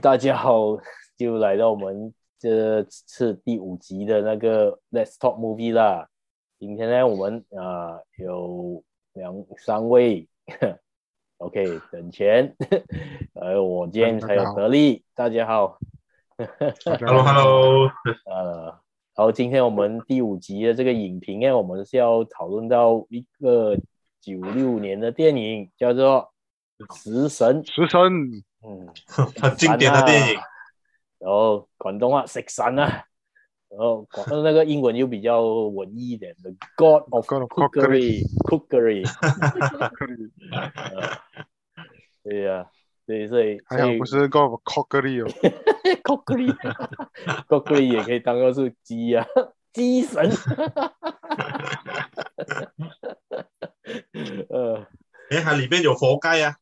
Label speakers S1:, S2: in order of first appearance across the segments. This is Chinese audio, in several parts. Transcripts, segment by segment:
S1: 大家好， 就来到我们这次第五集的那个 Let's Talk Movie 啦。今天呢，我们啊、呃有两三位 ，OK，等钱， 呃，我今天还有德力，大家好，
S2: 大家
S3: Hello
S2: 好
S3: Hello，
S1: 呃，然后今天我们第五集的这个影评呢，我们是要讨论到一个九六年的电影，叫做《食神》，
S2: 食神
S1: 嗯。
S3: 很经典的电影，
S1: 然后啊广东话食神啊，然后广那个英文又比较文艺一点的 God of
S2: God of
S1: Cookery Cookery，对呀、对，所以
S2: 还
S1: 所
S2: 好
S1: 以
S2: 哎不是 g o l Cockery 哦，
S1: Cookery Cookery 也可以当做是鸡啊， 鸡神， 呃，
S3: 哎，它里面有活该啊，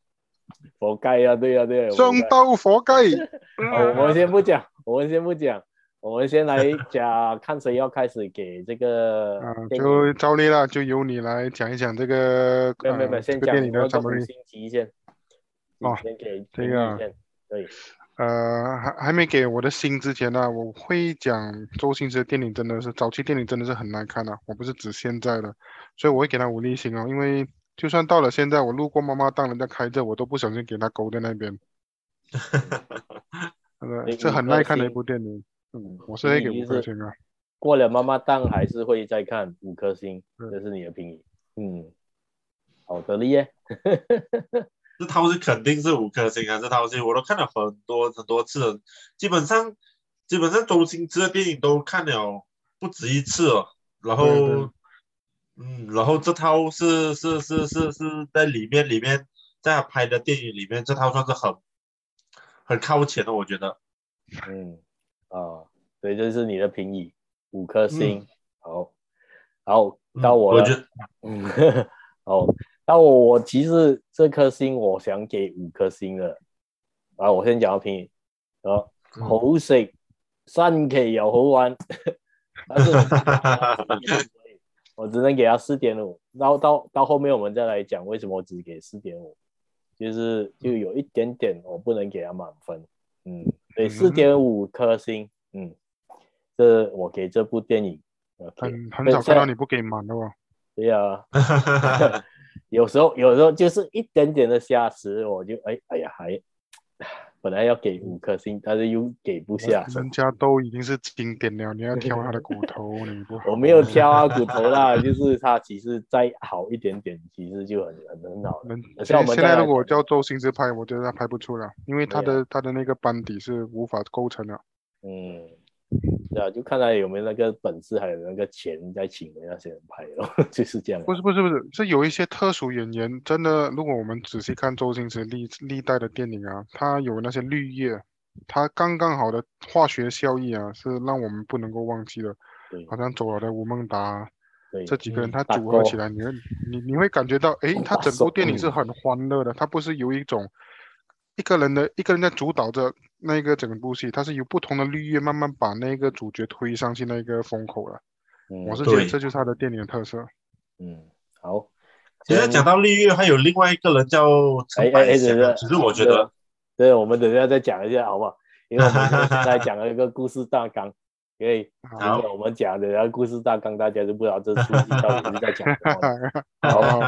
S1: 活该啊，对呀、对呀、活
S2: 双
S1: 该
S2: 刀佛盖。
S1: 好，我们先不讲，我们先不讲，我们先来讲，看谁要开始给这个
S2: 啊，
S1: 电影。
S2: 就照例啦，就由你来讲一讲这个
S1: 没有没有没
S2: 呃
S1: 有，
S2: 这
S1: 先
S2: 个
S1: 讲
S2: 电影的
S1: 我们
S2: summary。
S1: 星期一先。
S2: 哦
S1: 先给
S2: 这
S1: 评
S2: 个
S1: 论先对，
S2: 呃，还还没给我的心之前呢、我会讲周星驰的电影真的是早期电影真的是很难看的、我不是指现在的，所以我会给他五粒星哦，因为就算到了现在，我路过妈妈档人家开着，我都不小心给他勾在那边，
S1: 所以
S2: 呃，
S1: 五
S2: 是很
S1: 颗
S2: 耐看的一
S1: 星
S2: 部电影，嗯，我是会给
S1: 你
S2: 五
S1: 意
S2: 颗
S1: 思
S2: 星啊，
S1: 过了妈妈档还是会再看五颗星，
S2: 嗯
S1: 这是你的评语。嗯，好的力耶，
S3: 这套戏肯定是五颗星啊！这套戏我都看了很多很多次了，基本上基本上周星驰的电影都看了不止一次哦。然后，
S2: 对对
S3: 嗯，然后这套是是是是是在里面里面在他拍的电影里面，这套算是很很靠前的，我觉得。
S1: 嗯啊，所以这是你的评语，五颗
S2: 嗯
S1: 星。好，好，
S3: 嗯
S1: 到我
S3: 我
S1: 了
S3: 觉得
S1: 嗯，好，那我我其实这颗星我想给五颗星的，啊，我先讲个评语，啊，
S3: 嗯
S1: 好食，新奇又好玩，但是我只能给它4.5而已我只能给他四点五，然后到到后面我们再来讲为什么我只给四点五，就是就有一点点我不能给他满分，嗯，对，
S2: 嗯
S1: 四点五颗星，嗯，这我给这部电影，OK，
S2: 很很
S1: 对
S2: 少
S1: 现在
S2: 看到你不给满的哦。
S1: 对啊呀、有时候有时候就是一点点的瑕疵，我就哎哎呀还，本来要给五颗星，但是啊又给不下。
S2: 人家都已经是经典了，你要挑他的骨头，你不
S1: 我没有挑啊骨头啦， 就是它其实再好一点点，其实就很很很好了。
S2: 能
S1: 等呃下我
S2: 现
S1: 们
S2: 现
S1: 再
S2: 在
S1: 来
S2: 如果
S1: 讨论
S2: 叫周星驰拍，我觉得他拍不出来，因为他
S1: 对
S2: 的他的那个班底是无法构成的。
S1: 嗯，对啊，就看他有没有那个本事，还有那个钱再请人那些人拍咯， 就是这样啊。
S2: 不是不是不是，是有一些特殊演员，真的，如果我们仔细看周星驰历历代的电影啊，他有那些绿叶，他刚刚好的化学效益啊，是让我们不能够忘记的。
S1: 对
S2: 好像走了的吴孟达啊
S1: 对
S2: 这几个人，
S3: 嗯
S2: 他
S1: 大
S2: 组合
S1: 哥
S2: 起来，你会你你会感觉到，诶，他
S1: 大
S2: 整
S1: 手
S2: 部电影是
S1: 嗯
S2: 很欢乐的，他不是由一种一个人的一个人在主导着那个整部戏，他是由不同的绿叶慢慢把那个主角推上去那个风口了。
S1: 嗯
S2: 我是觉得
S3: 对
S2: 这就是他的电影的特色。
S1: 嗯好。
S3: 其实讲到绿叶，还有另外一个人叫
S1: 哎
S3: 陈
S1: 哎
S3: 百
S1: 哎，等
S3: 祥
S1: 一
S3: 啊，
S1: 下，
S3: 只是我觉得，
S1: 对，对，我们等一下再讲一下，好不好？因为我们现在讲了一个故事大纲， 因为
S2: 好，
S1: 如果我们讲的然后故事大纲，大家就不知道这出戏到底是在讲什
S2: 哎
S1: 么。好，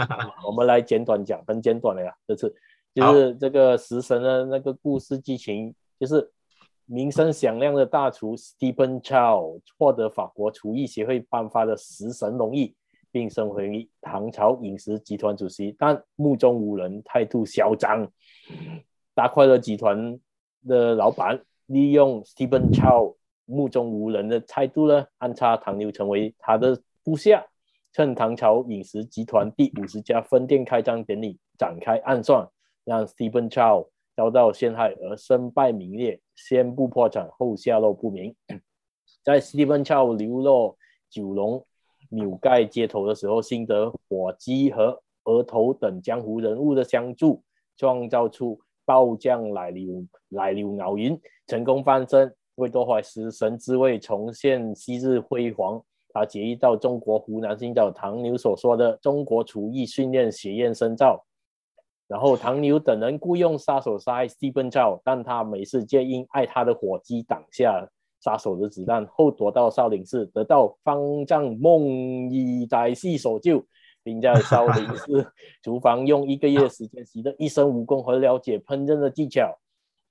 S1: 我们来简短讲，很简短的呀。啊这次就是这个食神的那个故事剧情，就是名声响亮的大厨 Stephen Chow 获得法国厨艺协会颁发的食神荣誉，并升回唐朝饮食集团主席，但目中无人，态度嚣张。大快乐集团的老板利用 Stephen Chow 目中无人的态度呢，安插唐牛成为他的部下。趁唐朝饮食集团第五十家分店开张典礼展开暗算，让 Stephen Chow 遭到陷害而身败名裂，先不破产后下落不明。在 Stephen Chow 流落九龙纽盖街头的时候，幸得火鸡和额头等江湖人物的相助，创造出暴将来流来流敖云，成功翻身，为夺回食神之位，重现昔日辉煌。他结义到中国湖南新岛唐牛所说的中国厨艺训练学院深造，然后唐牛等人雇佣杀手杀害 Stephen Chow，但他没事，借因爱他的火机挡下杀手的子弹后躲到少林寺，得到方丈梦一在系所救，并在少林寺厨房用一个月时间习得一身武功和了解烹饪的技巧。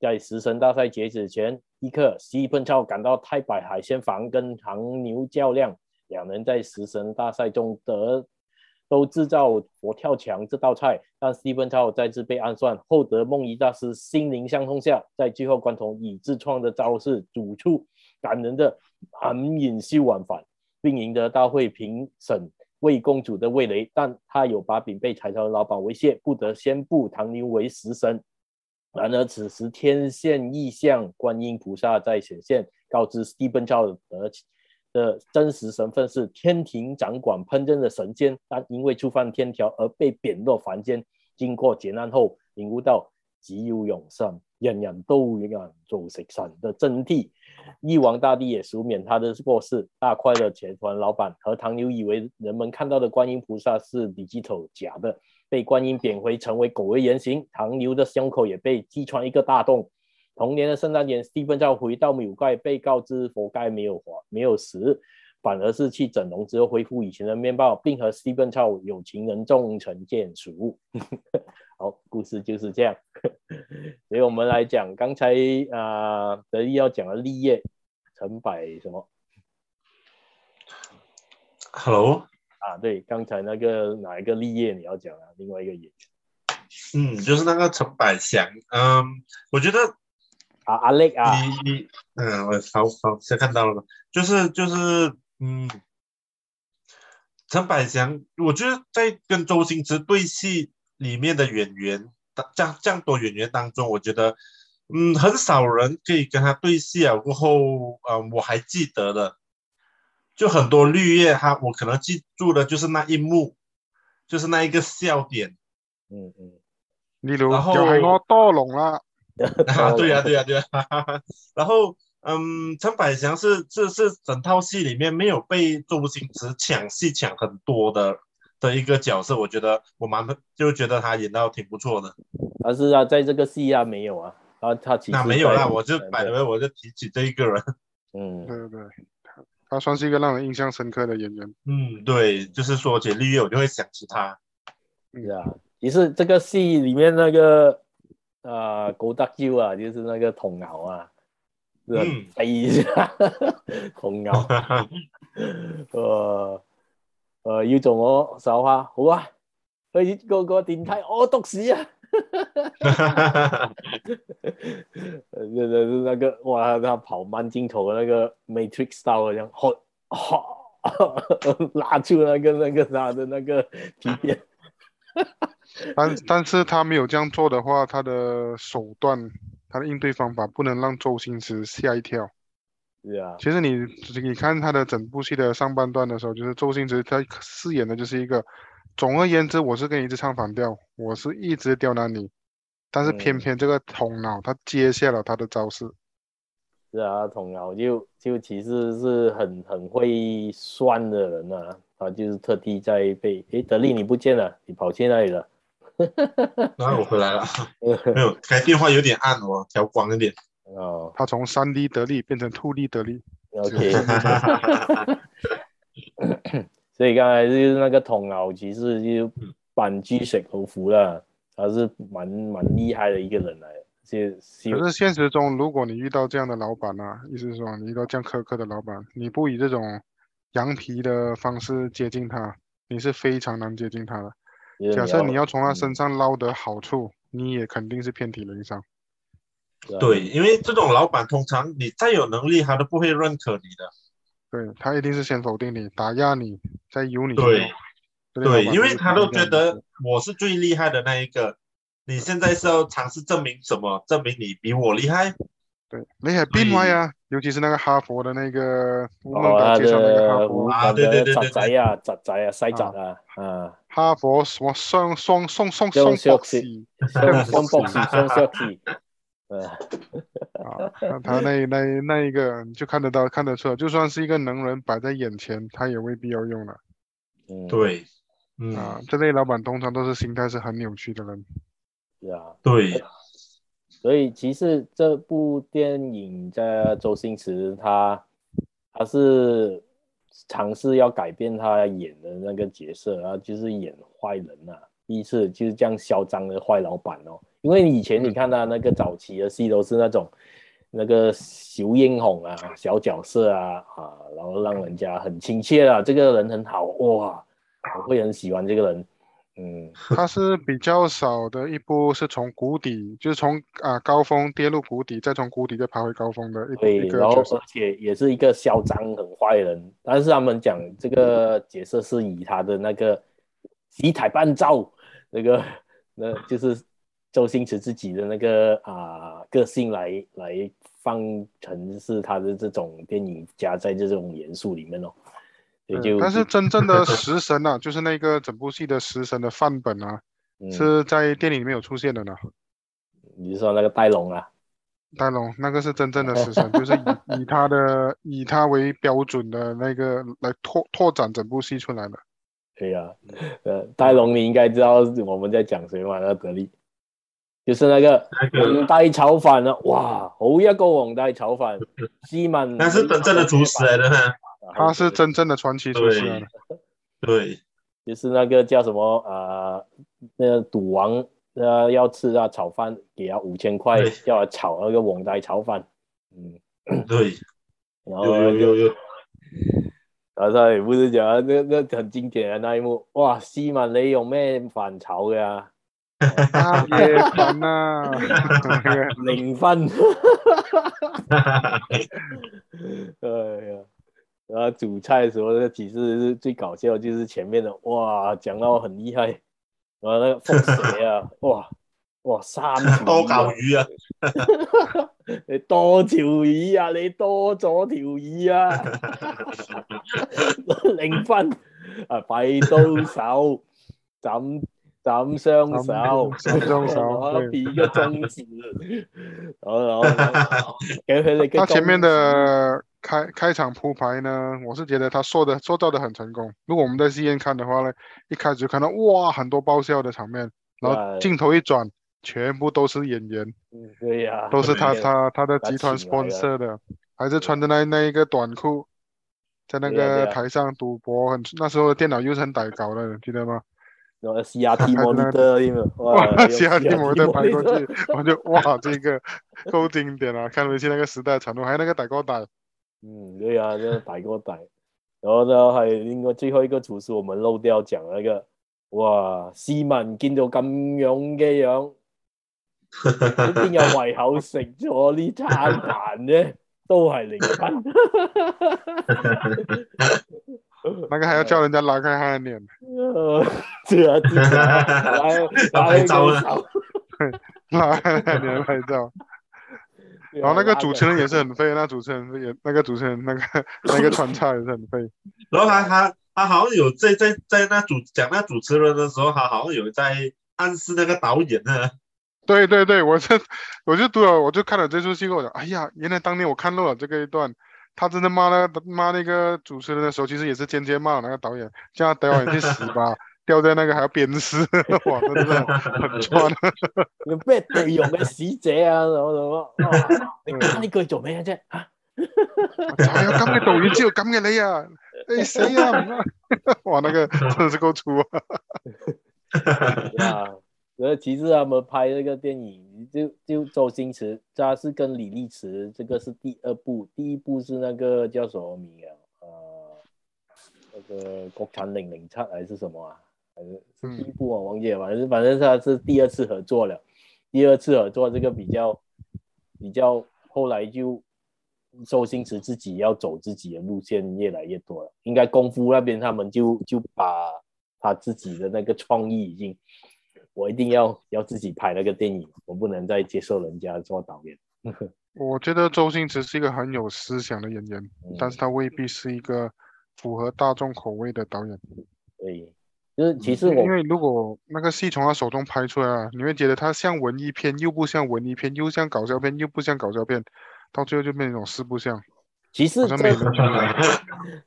S1: 在食神大赛截止前一刻，Stephen Chow 赶到太白海鲜坊跟唐牛较量，两人在食神大赛中得都制造佛跳墙这道菜，但西本超再次被暗算，后得梦遗大师心灵相通下，在最后关头以自创的招式煮出感人的满饮秀碗饭，并赢得大会评审魏公主的味蕾，但他有把柄被财团老板猥亵，不得宣布唐牛为食神。然而此时天现异象，观音菩萨在显现，告知西本超的的真实身份是天庭掌管烹饪的神仙，但因为触犯天条而被贬落凡间。经过劫难后，领悟到只要用心，人人都能做食神的真谛。玉皇大帝也赦免他的过失。大快乐集团老板和唐牛以为人们看到的观音菩萨是李鸡头假的，被观音贬回成为狗的原型。唐牛的胸口也被击穿一个大洞。同年的圣诞节，斯蒂芬照回到纽盖，被告知佛盖没有活，没有死，反而是去整容之后恢复以前的面貌，并和斯蒂芬照有情人终成眷属。 好，故事就是这样。 所以我们来讲刚才啊、呃，德意要讲的立业成百什么
S3: Hello，
S1: 啊？对，刚才那个哪一个立业你要讲啊？另外一个演员
S3: 嗯，就是那个陈百祥，嗯，我觉得
S1: 啊，阿力啊，
S3: 你你嗯，我好好先看到了，就是就是嗯，陈百祥，我觉得在跟周星驰对戏里面的演员，当这样这样多演员当中，我觉得嗯，很少人可以跟他对戏啊。过后啊、嗯，我还记得的，就很多绿叶哈，我可能记住的就是那一幕，就是那一个笑点。
S1: 嗯嗯，
S2: 例如
S3: 然後
S2: 又係我多聾啦，
S3: 啊，对呀、对呀、对呀、 然后，嗯，陈百祥是是是整套戏里面没有被周星驰抢戏抢很多的的一个角色，我觉得我蛮就觉得他演到挺不错的。
S1: 但是啊，在这个戏啊没有啊，他他其实
S3: 那没有啦，
S1: 在
S3: 我就摆了，我就提起这一个人。
S1: 嗯
S2: 对对，他他算是一个让人印象深刻的演员。
S3: 嗯，对，就是说起绿叶，我就会想起他。
S1: 是啊，其实这个戏里面那个啊，狗大舅啊，就是那个童敖啊，是吧
S3: 嗯
S1: 飞一 下童敖，呃呃，要做我手下，好啊，去個個電梯屙篤屎啊！呃，那那那个哇，他跑慢镜头的那个 Matrix style 这样，好好 拉住那个那个他的那个皮鞭。 嗯
S2: 但但是他没有这样做的话，他的手段、他的应对方法不能让周星驰吓一跳。
S1: 是啊，
S2: 其实你你看他的整部戏的上半段的时候，就是周星驰他饰演的就是一个，总而言之，我是跟你一直唱反调，我是一直刁难你，但是偏
S1: 嗯
S2: 偏这个头脑他接下了他的招式，
S1: 是啊，童瑶就就其实是很很会算的人呐、啊，他就是特地在被诶，德利你不见了，你跑去哪里了？
S3: 然后我回来了，没有开电话有点暗，我调光一点。
S1: 哦
S2: 他从三 D 得力变成 two D 得力，
S1: ，OK，所以刚才就是那个童瑶，其实就板机水口服了，他是蛮蛮厉害的一个人来的，是是
S2: 可是现实中，如果你遇到这样的老板呢、啊，意思是说你遇到这样苛刻的老板，你不以这种羊皮的方式接近他，你是非常难接近他的。
S1: 就是
S2: 假设你要从他身
S1: 嗯
S2: 上捞得好处，你也肯定是遍体鳞伤。
S1: 是啊
S3: 对，因为这种老板通常你再有能力，他都不会认可你的。
S2: 对，他一定是先否定你，打压你，再由你
S3: 对
S2: 这些老
S3: 对，
S2: 板
S3: 因为
S2: 是
S3: 他
S2: 这样
S3: 都觉
S2: 子啊
S3: 得我是最厉害的那一个，你现在是要尝试证明什么？证明你比我厉害？
S2: 对，你还变歪啊，尤其是那个哈佛的那个乌
S1: 哦，
S2: 蒙
S1: 他
S2: 岛街上那个哈
S1: 的
S2: 佛，
S3: 啊对对对对
S1: 侄
S3: 对
S1: 仔啊，侄仔啊，西侄啊， 啊。
S2: 哈佛什么双双双双
S1: 这
S2: 双
S1: 种消
S2: 博士
S1: 息 双双博士，双硕士， 呃，
S2: 啊，那他那那那一个你就看得到看得出来，就算是一个能人摆在眼前，他也未必要用了
S1: 嗯，
S3: 对，嗯，
S2: 啊啊。这类老板通常都是心态是很扭曲的人，
S1: 是啊，
S3: 对，
S1: 所以其实这部电影在周星驰他他是尝试要改变他演的那个角色啊，就是演坏人呐、啊，第一次就是这样嚣张的坏老板哦。因为以前你看他那个早期的戏都是那种那个小英雄啊、小角色啊啊，然后让人家很亲切啊，这个人很好哇，我会很喜欢这个人，嗯。
S2: 它是比较少的一部，是从谷底，就是从啊、高峰跌入谷底，再从谷底再爬回高峰的一部
S1: 对，
S2: 一个
S1: 然后
S2: 角色。
S1: 而且也是一个嚣张很坏人，但是他们讲这个角色是以他的那个集体半照，那个那就是周星驰自己的那个啊、个性来来放成是他的这种电影加在这种元素里面哦，所以
S2: 嗯
S1: 就
S2: 但是真正的食神啊， 就是那个整部戏的食神的范本啊，
S1: 嗯
S2: 是在电影里面有出现的呢。
S1: 你是说那个戴龙啊，
S2: 丹龙那个是真正的 食神，就是以以他的以他为标准的那个来拓拓展整部戏出来的。
S1: 对呀、
S2: 嗯
S1: 呃，戴龙你应该知道我们在讲谁嘛？那个得力，就是那个
S3: 那
S1: 皇
S3: 个
S1: 帝炒飯啊！哇，好一個皇帝炒飯， 斯文。
S3: 那是真正的厨师来的呢，
S1: 啊
S2: 他是真正的传奇厨师啊来的
S3: 对，对，
S1: 就是那个叫什么呃，那个赌王呃要吃啊炒飯，给他五千塊，
S3: 对
S1: 要来炒那個皇帝炒飯。嗯，
S3: 对，
S1: 然後
S3: 有有哦有有，
S1: 啊，對，不是講啊那那很經典的那一幕，哇，斯文你用咩飯炒嘅啊？
S2: 啊，也烦呐、
S1: 零分。
S3: 哈哈哈
S1: 哎呀，然后煮菜的时候，那几次是最搞笑，就是前面的哇，讲到很厉害，然后那个凤蛇啊，哇哇三条
S3: 多搞
S1: 鱼
S3: 鱼啊，
S1: 啊，你多条鱼啊，你多咗条鱼啊， 零分啊，弊刀手斬斬雙手，
S2: 斬雙手
S1: 我
S2: 對
S1: 比個中指， 然後然後然 後給佢哋嘅
S2: 他前面
S1: 中指
S2: 的开开场铺排呢，我是觉得他说的塑造的很成功。如果我们在戏院看的话呢，一开始就看到哇很多爆笑的场面，然后
S1: 对
S2: 镜头一转，全部都是 演员，
S1: 嗯对呀、
S2: 都是他
S1: 对呀
S2: 他他的
S1: 他
S2: 集团
S1: 请来的
S2: sponsor 的，还是穿着那那一个短裤，在那
S1: 对呀对呀
S2: 个台上赌博，很那时候的电脑又是很歹搞的，记得吗？
S1: 然后 CRT
S2: 还在那
S1: monitor 有没有？
S2: 哇
S1: 哇，用
S2: 其他地方再拍过
S1: monitor
S2: 去，我就哇这个够经典了，看回去那个时代的产物，还有那个歹 高歹。
S1: 嗯，对呀、啊，真的歹过歹。然后呢，还有另外最后一個廚師，我們漏掉講那個，哇！市民見到咁樣嘅樣，邊有胃口食咗呢餐飯啫？都係零分。
S2: 那个还要叫人家拉开他的脸，
S1: 呃对啊，对啊，然后
S3: 要拍照了
S2: 拉开他的脸拍照。然后那个主持人也是很废，那主持人也那个主持人那个那个穿插也是很废。
S3: 然后他他他好像有在在在那主讲那主持人的时候，他好像有在暗示那个导演呢，
S2: 对对对，我这我就读了，我就看了这出戏，我讲，哎呀，原来当年我看漏了这个一段。他真的骂那个骂那个主持人的时候，其实也是间接骂那个导演，叫他导演去死吧，掉在那个还要鞭尸，哇，真的哎是很穿。
S1: 你咩地獄嘅使者啊？然後就話哇你加呢句做咩啫？啊
S2: 就有咁嘅導演知道咁嘅你啊，你死啊！唔該哇，那個真的是夠粗啊！
S1: 对啊，呃，其实他们拍这个电影，就就周星驰，他是跟李立驰，这个是第二部，第一部是那个叫什么名啊？呃，那个国产零零七还是什么啊？还是
S2: 嗯
S1: 是第一部啊，我忘记了，反正反正他是第二次合作了，第二次合作这个比较比较，后来就周星驰自己要走自己的路线越来越多了，应该功夫那边他们就就把。
S2: 嗯
S1: 他自己的那个创意已经，我一定要要自己拍那个电影，我不能再接受人家做导演。
S2: 我觉得周星驰是一个很有思想的演员，
S1: 嗯、
S2: 但是他未必是一个符合大众口味的导演。
S1: 对，就是其实我
S2: 因为如果那个戏从他手中拍出来啊，你会觉得他像文艺片，又不像文艺片，又像搞笑片，又不像搞笑片，到最后就变成一种四不像。
S1: 其实
S2: 好像没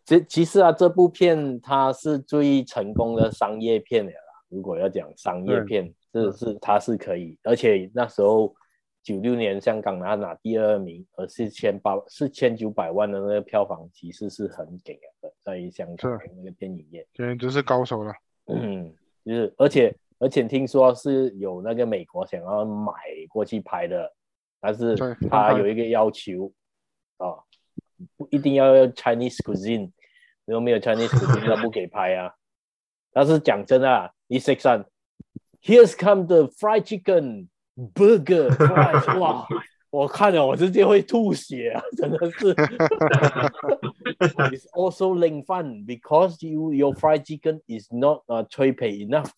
S1: 这其其实啊，这部片它是最成功的商业片了啦。如果要讲商业片，是
S2: 嗯
S1: 是它是可以，而且那时候九六年香港拿拿第二名，而四千八四千九百万的那个票房其实是很给力的，在于香港
S2: 是
S1: 那个电影业，
S2: 简直是高 手了。
S1: 嗯，就是而且而且听说是有那个美国想要买过去拍的，但是
S2: 对
S1: 他
S2: 明白
S1: 有一个要求啊，不一定要有 Chinese cuisine，如果没有 Chinese cuisine 他不给拍啊。但是讲真的啊，一 six 三，Here's come the fried chicken burger，fries 哇！我看了我直接会吐血啊， 真的是。It's also link fun because you your fried chicken is not 呃脆皮 enough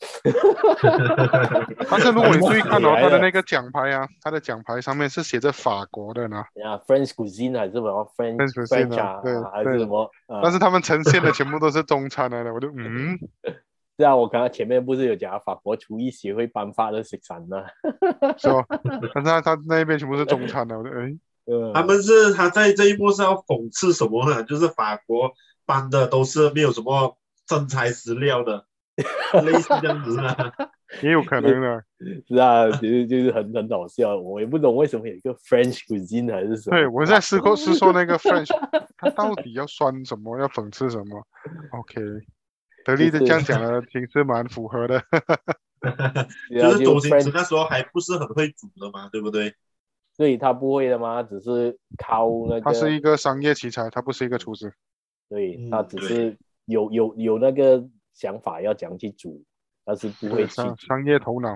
S2: 但是如果你注意看到
S1: 哎
S2: 他的
S1: 呀
S2: 那个奖牌啊，他的奖牌上面是写着法国的呢，
S1: 啊，French cuisine 还是什么 French
S2: French cuisine
S1: French 啊，
S2: 对
S1: 啊还是
S2: 对
S1: 什么？呃
S2: 但是他们呈现的全部都是中餐来的，我就嗯，
S1: 是啊，我刚刚前面不是有讲法国厨艺协会颁发的啊食神呢？
S2: 是吧？但是他他那边全部是中餐的，我就哎，
S1: 嗯
S3: 他们是他在这一幕是要讽刺什么呢？就是法国搬的都是没有什么真材实料的，类似这样子的。
S2: 也有可能的。
S1: 是啊，其实就是很很搞笑， 我也不懂为什么有一个 French cuisine 还是什么。
S2: 对，我在思考是说 那个 French，他到底要酸什么，要讽刺什么？OK，德利的
S1: 就是
S2: 这样讲的，其实蛮符合的。
S1: 对啊
S3: 就是周星驰
S1: French，
S3: 那时候还不是很会煮的嘛，对不对？
S1: 对他不会的嘛，只是靠那
S2: 他是
S1: 个，
S2: 一个商业奇才，他不是一个厨师。
S1: 对
S3: 嗯
S1: 他只是有有有那个想法要怎样去煮，但是不会
S2: 对，
S1: 去
S2: 商商业头脑。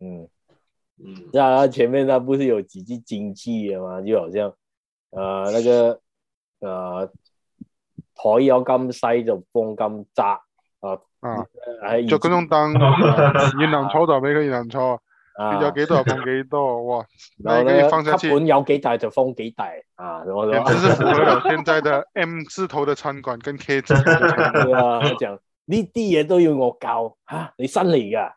S1: 嗯。
S3: 嗯，
S1: 那、啊、前面他不是有几句金句的嘛，就好像呃那个呃台有咁細就放咁窄啊，
S2: 啊，
S1: 係
S2: 就嗰種燈，
S3: 哦
S2: 越南炒就俾佢越南炒，
S1: 嗯啊
S2: 佢有幾 多就放幾多，哇！
S1: 然後
S2: 那
S1: 咧
S2: 個放上去
S1: 吸，盤有幾大就放幾大啊，什麼什
S2: 簡直
S1: 麼，
S2: 是符合 了現在的 M 字頭的餐館跟 K 字頭的餐 館。
S1: 對啊，我講呢啲嘢都要我教吓、啊你新嚟㗎，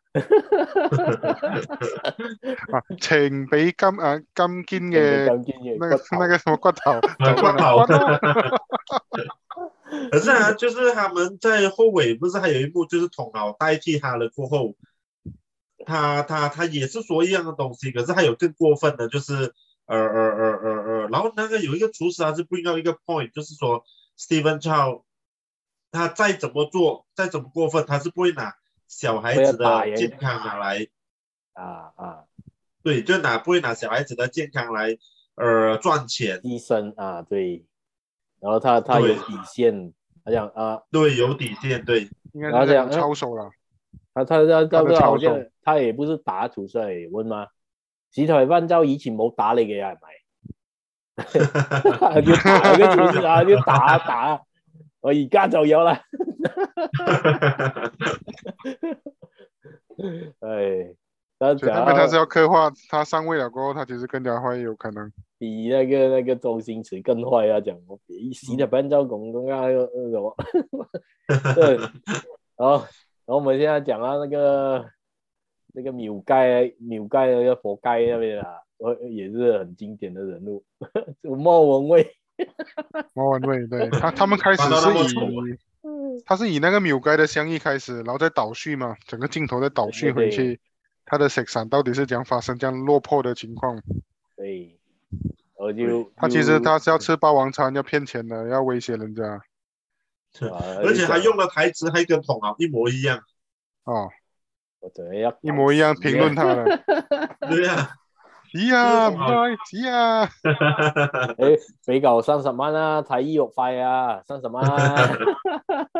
S2: 啊，情比金啊金堅 嘅
S1: 咁專業
S2: 那個那個什麼骨 頭，
S3: 很不好
S2: 骨。頭
S3: 可是啊，就是他们在后尾不是还有一幕，就是童老代替他了过后，他他他也是说一样的东西，可是还有更过分的，就是呃呃呃呃呃，然后那个有一个厨师他啊是 bring out 一个 point，就是说 Steven Chow，他再怎么做，再怎么过分，他是不会拿小孩子
S1: 不会打
S3: 的
S1: 人
S3: 健康拿来，
S1: 啊啊
S3: 对，就拿不会拿小孩子的健康来呃赚钱，
S1: 醫生啊對，然後他他有
S3: 對
S1: 底線，他講啊。
S3: 对，有底线，对，
S2: 應該是
S1: 然
S2: 叫
S1: 後這樣
S2: 抄手啦。
S1: 他他他
S2: 他
S1: 他
S2: 的
S1: 佢好
S2: 操縱
S1: 像他也不是打土出嚟問嘛，史提芬周以前冇打你嘅 係咪？ 要打嗰啲土啊，要打打，我而家就有啦。唉，他
S2: 所以
S1: 讲
S2: 那
S1: 到
S2: 边他是要刻画他上位了过后，他其实更加坏，有可能。
S1: 比那個那個周星馳更壞啊，講我比史
S2: 嗯
S1: 提芬周講講啊，那個 对，然后，然后我们现在讲到那个那个纽盖纽盖那个佛盖那边啊，我也是很经典的人物， 莫文蔚。
S2: 莫文蔚，对他他们开始
S3: 把他那么
S2: 是
S3: 丑啊
S2: 以，他是以那个米盖的相遇开始，然后再倒叙嘛，整个镜头再倒叙回
S1: 对
S2: 去，他的 sex 闪到底是怎样发生这样落魄的情况？
S1: 对，哎我就
S2: 他其实
S1: 就
S2: 他是要吃霸王餐，要骗钱的，要威胁人家
S1: 啊
S3: 而且
S1: 就
S3: 他
S1: 讲
S3: 用的台词还跟童老一模一样。
S2: 哦，
S1: 我准备要
S2: 一模一样评论他的，
S3: 对啊呀、
S2: 咦呀，唔
S3: 真係好
S2: 該，咦呀，
S1: 诶，俾够三十蚊啦，睇醫藥費啊，三十蚊啊。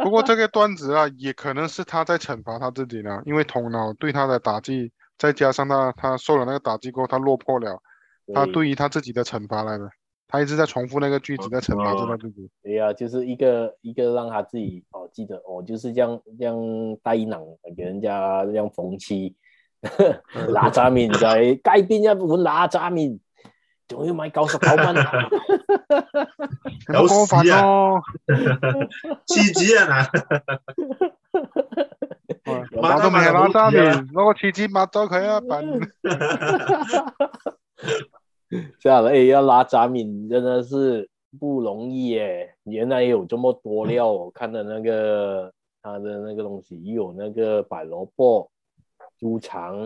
S2: 不过这个段子啊，也可能是他在惩罚他自己呢，因为头脑对他的打击，再加上他他受了那个打击过后，他落魄了， 他对于他自己的惩罚来的，他一直在重复那个句子，在惩罚
S1: 哦
S2: 着他自己。
S1: 对呀、就是一个一个让他自己哦记得哦，就是这样这样低能给人家这样讽刺， 哪吒面就係街邊一碗哪吒面，仲要買九十九蚊，
S2: 你们过分哦，
S3: 七级啊，拿
S2: 喂
S1: 有
S2: 打到明係啦，渣
S1: 啊
S2: 面，攞個廁紙抹咗佢 啊，笨！
S1: 这样哎要哪吒面真的是不容易耶，原来有
S2: 嗯
S1: 这么多料，我看的那个他的那个东西，又有那个白萝卜，猪肠，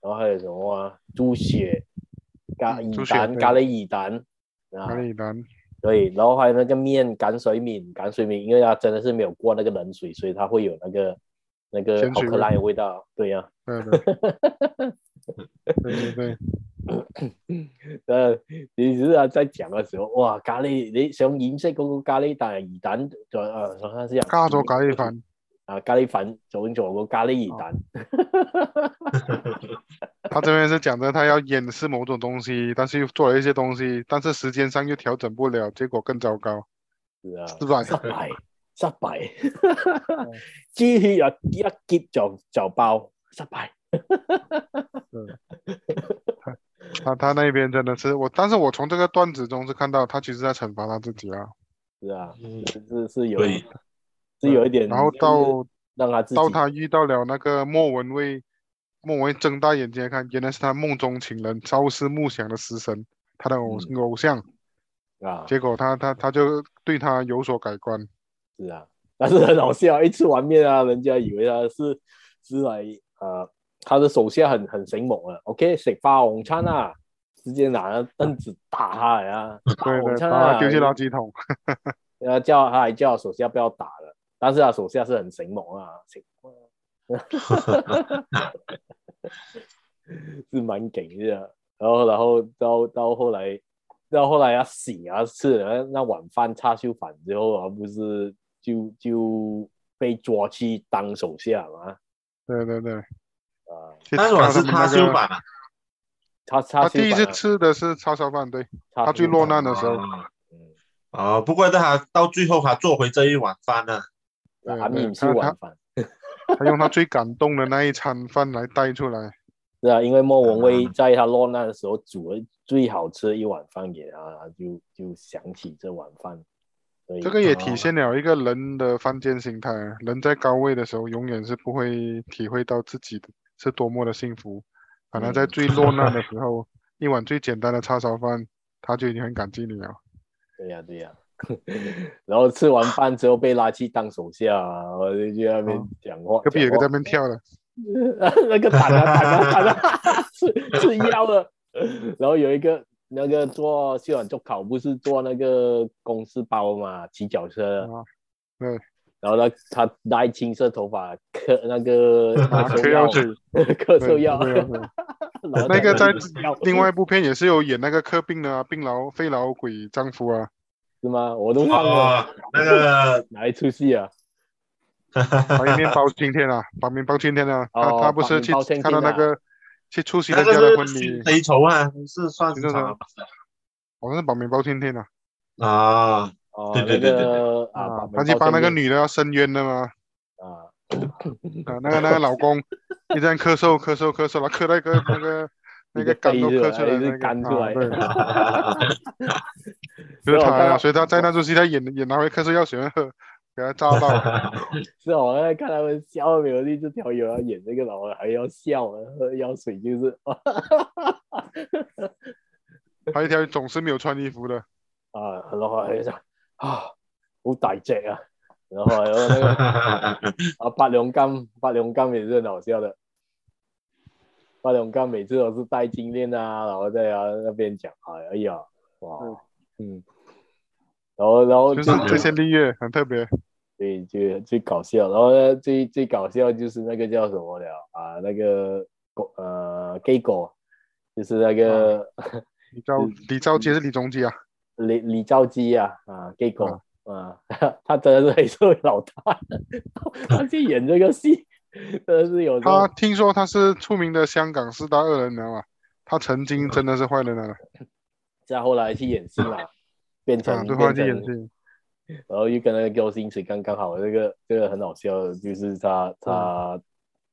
S1: 然后还有什么啊？猪血、咖
S2: 嗯
S1: 乙
S2: 猪血
S1: 胆、
S2: 对
S1: 咖喱乙胆啊
S2: 咖，喱蛋，
S1: 对，然后还有那个面擀水米，擀水米，因为它真的是没有过那个冷水，所以它会有那个那个
S2: 咸
S1: 好
S2: 水
S1: 克
S2: 味
S1: 拉的味道，对呀、
S2: 对的，对对对，
S1: 呃，你只是在講嘅時候，哇！咖喱你想掩飾嗰個咖喱蛋魚蛋，就誒睇下先啊，
S2: 加咗咖喱飯，
S1: 啊咖喱粉，就咁做個咖喱魚蛋，
S2: 他这边是讲着他要掩饰某种东西，但是又做了一些东西，但是时间上又调整不了，结果更糟糕，
S1: 是啊，
S2: 是吧？
S1: 失敗失 敗，支血啊一結就就爆，失敗，
S2: 他他那边真的是我，但是我从这个段子中是看到他其实在惩罚他自己啊。
S1: 是啊，
S3: 嗯，
S1: 是是有
S3: 对
S1: 是有一點，
S2: 然后到
S1: 讓他自己
S2: 到他遇到了那个莫文蔚，莫文蔚睁大眼睛看，原来是他梦中情人朝思暮想的食神，他的偶、
S1: 嗯
S2: 偶像。
S1: 啊，
S2: 结果他他他就对他有所改观，
S1: 是啊，但是很好笑，一吃完面啊，人家以為他是是來呃，他的手下很很醒目啊，OK，食霸王餐啊，直接拿凳子打他呀、啊，霸
S2: 对
S1: 王
S2: 对，
S1: 餐
S2: 把
S1: 啊，
S2: 他丢进垃圾桶。
S1: 然后叫他还叫手下不要打了，但是啊他手下是很醒目啊，醒目啊 是蛮给的。然后，然后到到后来，到后来他醒啊，吃了那碗饭叉烧饭之后啊，不是就就被抓去当手下嘛？
S2: 对对对，
S1: 啊，
S2: 去
S3: 但是
S2: 搞
S3: 我是
S2: 他们
S3: 他
S2: 那
S3: 修
S2: 个。
S3: 版啊，
S1: 他他
S2: 他第一次吃的是叉烧饭，对，他最落难的时候
S1: 啊嗯
S3: 哦，不过他到最后他做回这一碗饭啊呢，
S2: 对
S1: 阿敏
S2: 对
S1: 啊吃
S2: 他
S1: 晚饭，
S2: 他用他最感动的那一餐饭来带出来。
S1: 是啊，因为莫文蔚
S2: 嗯
S1: 在他落难的时候煮了最好吃的一碗饭给他，他就就想起这碗饭。所以
S2: 这个也
S3: 哦
S2: 体现了一个人的犯贱心态啊。人在高位的时候，永远是不会体会到自己的是多么的幸福，反而在
S1: 嗯
S2: 最落 难的时候，一碗最简单的叉烧饭，他就已经很感激你了。
S1: 对呀、对呀、 然后吃完饭之后被拉去当手下、啊，我就去那边
S2: 哦
S1: 讲话。
S2: 隔壁有个在
S1: 讲
S2: 那边跳了，
S1: 话 那个打啊打啊打啊， 是是腰了。然后有一个那个做洗碗做烤，不是做那个公事包嘛，骑脚车。
S2: 啊对。
S1: 然后他他戴青色头发，磕那个
S2: 啊，
S1: 咳
S2: 嗑
S1: 嗽药
S2: 药， 水。
S1: 咳嗽
S2: 对
S1: 药。
S2: 嗑药 水
S1: 然后
S2: 那个在
S1: 药
S2: 另外一部片也是有演那个克病的啊，病痨肺痨鬼丈夫 啊，
S1: 是吗？我都忘了
S3: 哦，那个
S1: 哪一出戏啊？
S2: 白面包青天啊，白面包青天啊，他
S1: 哦
S2: 他不
S1: 白
S2: 是
S1: 面
S2: 去
S1: 包青天
S2: 看到那
S1: 啊
S2: 个去出席
S3: 那
S2: 人家的
S3: 个
S2: 婚
S3: 是
S2: 礼
S3: 寻，贼仇啊，是算是啥
S2: 好哦像是白面包青天啊，
S3: 啊？
S1: 哦，
S3: 对对
S1: 那
S3: 对对
S1: 个
S2: 啊
S1: 啊，，
S2: 他去帮那个
S1: 女
S2: 女的要申冤的嘛，
S1: 啊，
S2: 啊，那个那个老公一直在咳嗽咳嗽咳嗽，然后咳到一个 那个那个肝都咳出来，
S1: 一
S2: 那
S1: 直
S2: 个
S1: 干出来
S2: 啊，对，
S1: 所以我
S2: 就是他
S1: 刚
S2: 呀，
S1: 刚
S2: 所以他在那出戏他演演拿回咳嗽药水 喝，给他炸到，
S1: 是哦，我在看他们笑没有力，这条友要演这个老了还要笑啊，喝药水就是
S2: 还有一条总是没有穿衣服的，
S1: 啊，然后还就啊好大只啊，然后还有那个啊八两杠，八两杠也是很好笑的。八两杠每次都是戴金链啊，然后在啊那边讲啊，哎呀，哇，嗯，然后然后
S2: 就是
S1: 最
S2: 这些绿叶很特别，
S1: 对，就最搞笑。然后呢，最最搞笑就是那个叫什么了啊？那个狗呃，gay 狗，就是
S2: 哦
S1: 那个
S2: 李兆李兆基还是李中基啊，
S1: 李李兆基啊啊，gay 狗
S2: 嗯
S1: 啊，他真的是黑社会老大， 他去演这个戏，真的是有这种
S2: 他听说他是出名的香港四大恶人了嘛，他曾经真的是坏人来
S1: 嗯
S2: 了，
S1: 再后来去演戏嘛，变
S2: 啊，
S1: 成
S2: 对，
S1: 变
S2: 坏去演
S1: 成
S2: 戏，
S1: 然后又跟那个周星驰刚刚好，这个这个很好笑的，就是
S2: 嗯
S1: 他他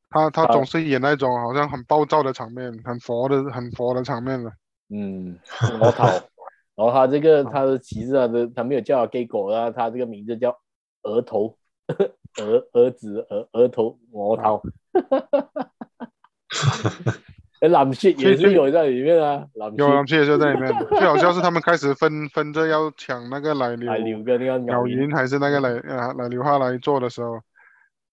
S2: 他他
S1: 他
S2: 总是演那种好像很暴躁的场面，很佛的很佛的场面了。
S1: 嗯，我讨。然后他这个他的歧视啊，这他没有叫他 gay 狗啊，他这个名字叫额头， 额额子额额头我讨。 哎，蓝血也是有在里面啊，蓝
S2: 啊有
S1: 血
S2: 蓝雀就在里面， 最好笑是他们开始分分着要抢那个奶
S1: 还
S2: 牛
S1: 留个那个
S2: 鸟
S1: 咬
S2: 银还是那个奶呃奶牛哈来做的时候，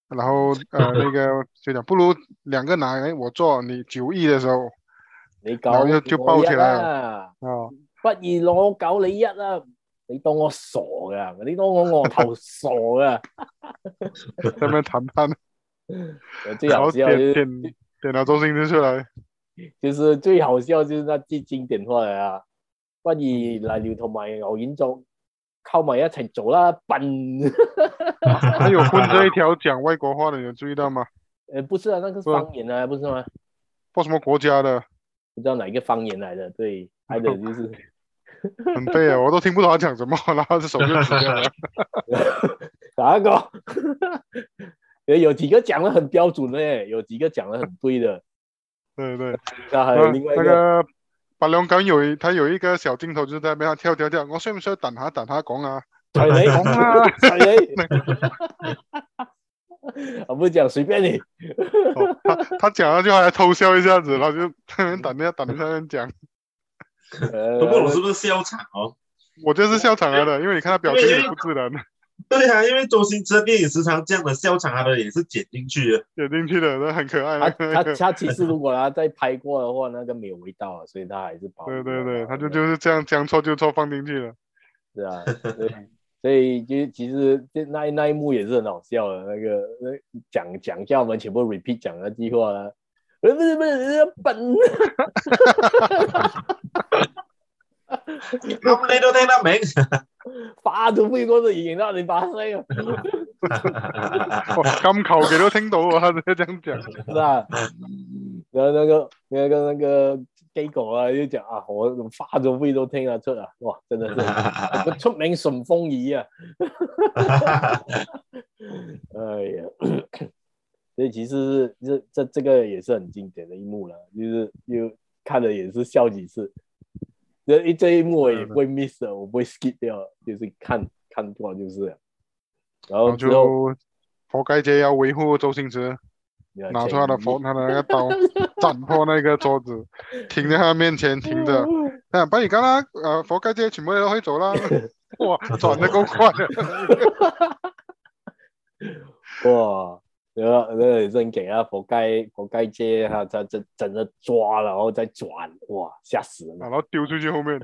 S2: 然后 呃那个就讲不如两个男人我做你九亿的时候
S1: 你搞
S2: 然後就就
S1: 我
S2: 爆
S1: 一
S2: 起來了
S1: 啊！
S2: 啊，
S1: 不如我搞你一啦！你當我傻噶？你當我昂頭傻啊噶？
S2: 在那边 谈判，
S1: 我最
S2: 然
S1: 好
S2: 后
S1: 笑啊
S2: 点
S1: 就是
S2: 点点了周星驰出来，
S1: 就是最好笑就是那句經典話嚟啊！不如泥尿同埋牛丸做溝埋一齊做啦，笨！
S2: 还有混这一条讲外国话的，有注意到吗？
S1: 呃，不是啊，那个
S2: 不
S1: 方言啊，不是吗？
S2: 报什么国家的？
S1: 不知道哪一个方言来的，对，还有就是
S2: 很背 啊，我都听不懂他讲什么，然后这手就指掉了。
S1: 哪个？也有几个讲的很标准的，有几个讲的很对的。
S2: 对对，
S1: 那还
S2: 那
S1: 有另外一
S2: 那
S1: 个，
S2: 个白龙港有一他有一个小镜头，就是在那边他跳跳跳，我需唔需要等下等下讲啊？
S1: 踩雷，
S2: 讲啊！
S1: 踩雷。我不讲，随便你。
S2: 哦他他讲了就还偷笑一下子，然后就等一下等一下讲。
S1: 呃
S3: 不过我是不是笑场哦？
S2: 我就是笑场了的，因为你看他表情也不自然，
S3: 对啊，因为周星驰的电影时常这样的笑场，他的也是剪进去的。
S2: 点进去的，那很可爱
S1: 他
S2: 的。
S1: 他 他其实如果他再拍过的话，那个没有味道了，所以他还是保留
S2: 对
S1: 了。
S2: 对对，他就
S1: 对
S2: 就是这样将错就错放进去了。
S1: 是啊，所以所以就其实这那一那一幕也是很好笑的，那个那讲讲叫我们全部 repeat 讲那句话啦，不是不是不是笨，
S3: 我们你都听得明，
S1: 發到飛嗰度贏啦，你把聲啊，
S2: 哇，咁求其都听到啊，他直接这样 讲。
S1: 是啊，然後那個那個那個機構啊，就講啊，我發到飛都聽得出啊，哇，真的是佢 出名順風耳啊！ 哎呀， 所以其实是这这这个也是很经典的一幕了，就是又看了也是笑几次。这一这一幕我也不
S2: 嗯
S1: 会 miss 的，我不会 skip 掉，就是看看过就是了。然
S2: 然
S1: 后
S2: 后
S1: 之后
S2: 就佛盖街要维护周星驰，拿出他的佛，
S1: 风，
S2: 他的那个刀，斩破那个桌子，停在他面前停
S1: 嗯
S2: 着。哎那把你刚刚呃佛盖街全部人都会走了，哇，转的够快的。
S1: 哇，然后那个也是很给啊，佛盖佛盖街他他整整个抓了，然后再转，哇，吓死人了
S2: 然后丢出去后面，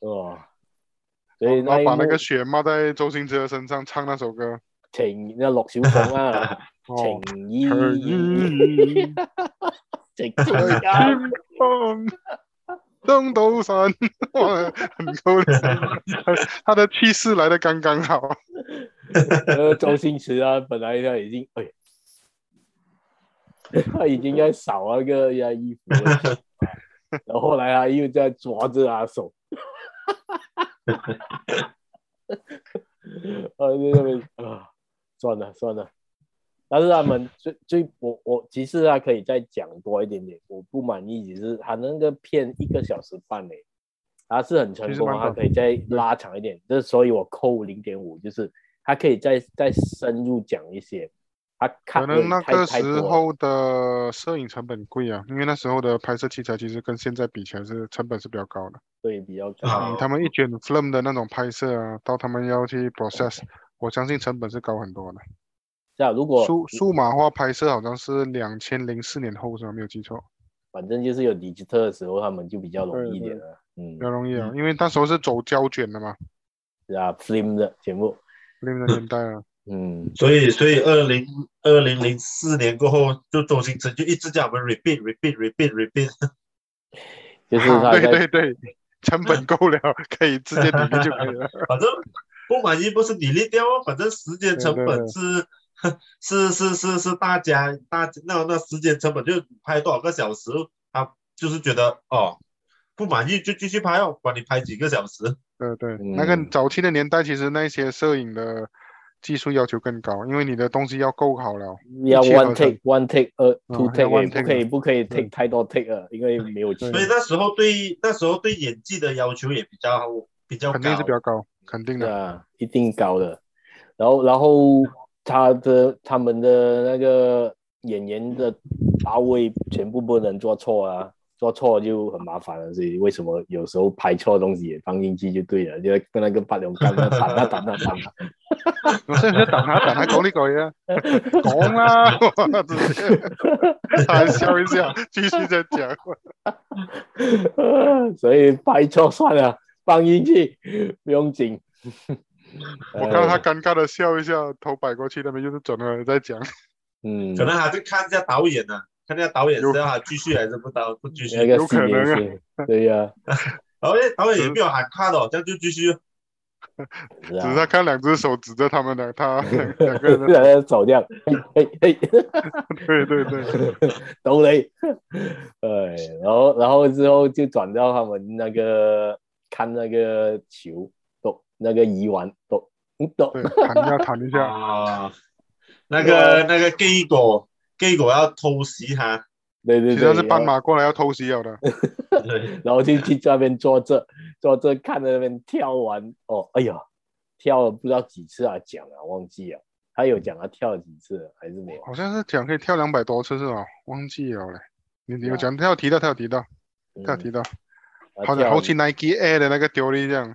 S1: 哇！哦所以
S2: 然
S1: 那
S2: 后
S1: 一
S2: 把那
S1: 幕
S2: 个血抹在周星驰的身上，唱那首歌。
S1: 情那落小鳳啊。
S2: 哦，
S1: 情意
S2: 情意
S1: 直接 啊！
S2: 风东斗神，哇，很够力，他的气势来的刚刚好。
S1: 呃，周星驰啊，本来他已经哎，他已经在扫那个人家衣服了， 然后后来他又在抓着他手，啊，就那边啊，算了算了。但是他们最最我我其实他可以再讲多一点点，我不满意只是他那个片一个小时半嘞，他是很成
S2: 其实
S1: 功
S2: 蛮
S1: 啊，他
S2: 短
S1: 可以再拉长一点，这所以我扣零点五，就是他可以再再深入讲一些，他看
S2: 可能那
S1: 太
S2: 个
S1: 太
S2: 时
S1: 多了
S2: 候的摄影成本贵啊，因为那时候的拍摄器材其实跟现在比起来是成本是比较高的。
S1: 对比较高，
S3: 啊
S2: 以他们一卷 film 的那种拍摄啊，到他们要去 process，我相信成本是高很多的。
S1: 这啊样如果
S2: 数数码化拍摄好像是两千零四年后是吧？没有记错，
S1: 反正就是有 digital 的时候，他们就比较容易一点了，嗯
S2: 比，较容易啊，
S3: 嗯
S2: 因为那时候是走胶卷的嘛
S1: 是啊，film 的全部，
S2: ，film 的年代啊。
S1: 嗯，
S3: 所以，所以二零二零零四年过后，就周星驰就一直叫我们 repeat repeat repeat repeat。
S1: 就是
S2: 啊
S1: 他
S2: 对
S1: 在
S2: 对对，成本够了，可以直接抵御就可以了。
S3: 反正不满意不是你立掉哦，反正时间成本是 是是是是大家大那那时间成本就拍多少个小时，他就是觉得哦不满意就继续拍哦，管你拍几个小时。
S2: 对对，那个
S1: 嗯
S2: 早期的年代，其实那些摄影的技术要求更高，因为你的东西要够好了。
S1: 要
S2: 一气呵
S1: one
S2: 成
S1: take one take 呃 two
S2: 要
S1: take，
S2: one
S1: 也不
S2: take
S1: 可以不可以
S2: 对
S1: take 太多 take 了，因为没有钱
S2: 对
S3: 所以那时候对那时候对演技的要求也比较比较
S2: 肯定是
S3: 高啊
S2: 比。较高，肯定的。
S1: 啊，一定高的。然后然后他的他们的那个演员的到位全部不能做错啊，做错就很麻烦了。所以为什么有时候拍错东西也放进去就对了，就跟那个八两干那打那打那打
S2: 我是不是等下等下講呢句啊？講啦，我啊直接谈笑一下，继续再 讲。
S1: 所以拍错算了，放进去不用紧。 哎
S2: 我看到他尴尬的笑一下，头摆过去，那边就是转过来在讲。
S1: 嗯，
S3: 可能还是看一下导演呢、看一下导演是
S2: 有
S3: 要他继续还是不导不继续。
S1: 那个
S2: 有
S1: 四
S2: 可
S1: 年
S2: 能啊
S1: 性，对呀、
S3: 导演导演也没有喊卡的、哦，这样就继续。
S1: 是
S2: 只是他
S1: 啊，
S2: 看两只手指着他们俩，他两两个人，
S1: 他走掉，嘿嘿嘿。
S2: 对对对，
S1: 懂 你。哎，然后然后之后就转到他们那个看那个球，都那个鱼丸，都嗯都
S2: 对，弹一下弹一下，
S3: 啊，那个那个 gay 狗 gay 狗要偷袭他，
S1: 对 对
S2: 其
S1: 对，
S2: 实是斑马过来要偷袭了的。
S3: 对，
S1: 然后，然后就去那边坐着坐着看着那边跳完，哦，哎呀，跳了不知道几次啊，讲啊忘记了，他有讲他跳了几次还是没有？
S2: 好像是讲可以跳两百多次是吧？忘记了嘞。你你有
S1: 啊
S2: 讲，他有提到，他有提到，
S1: 嗯
S2: 他有提到，
S1: 他
S2: 好
S1: 跳
S2: 像好似 Nike Air 的那个丢了 一样，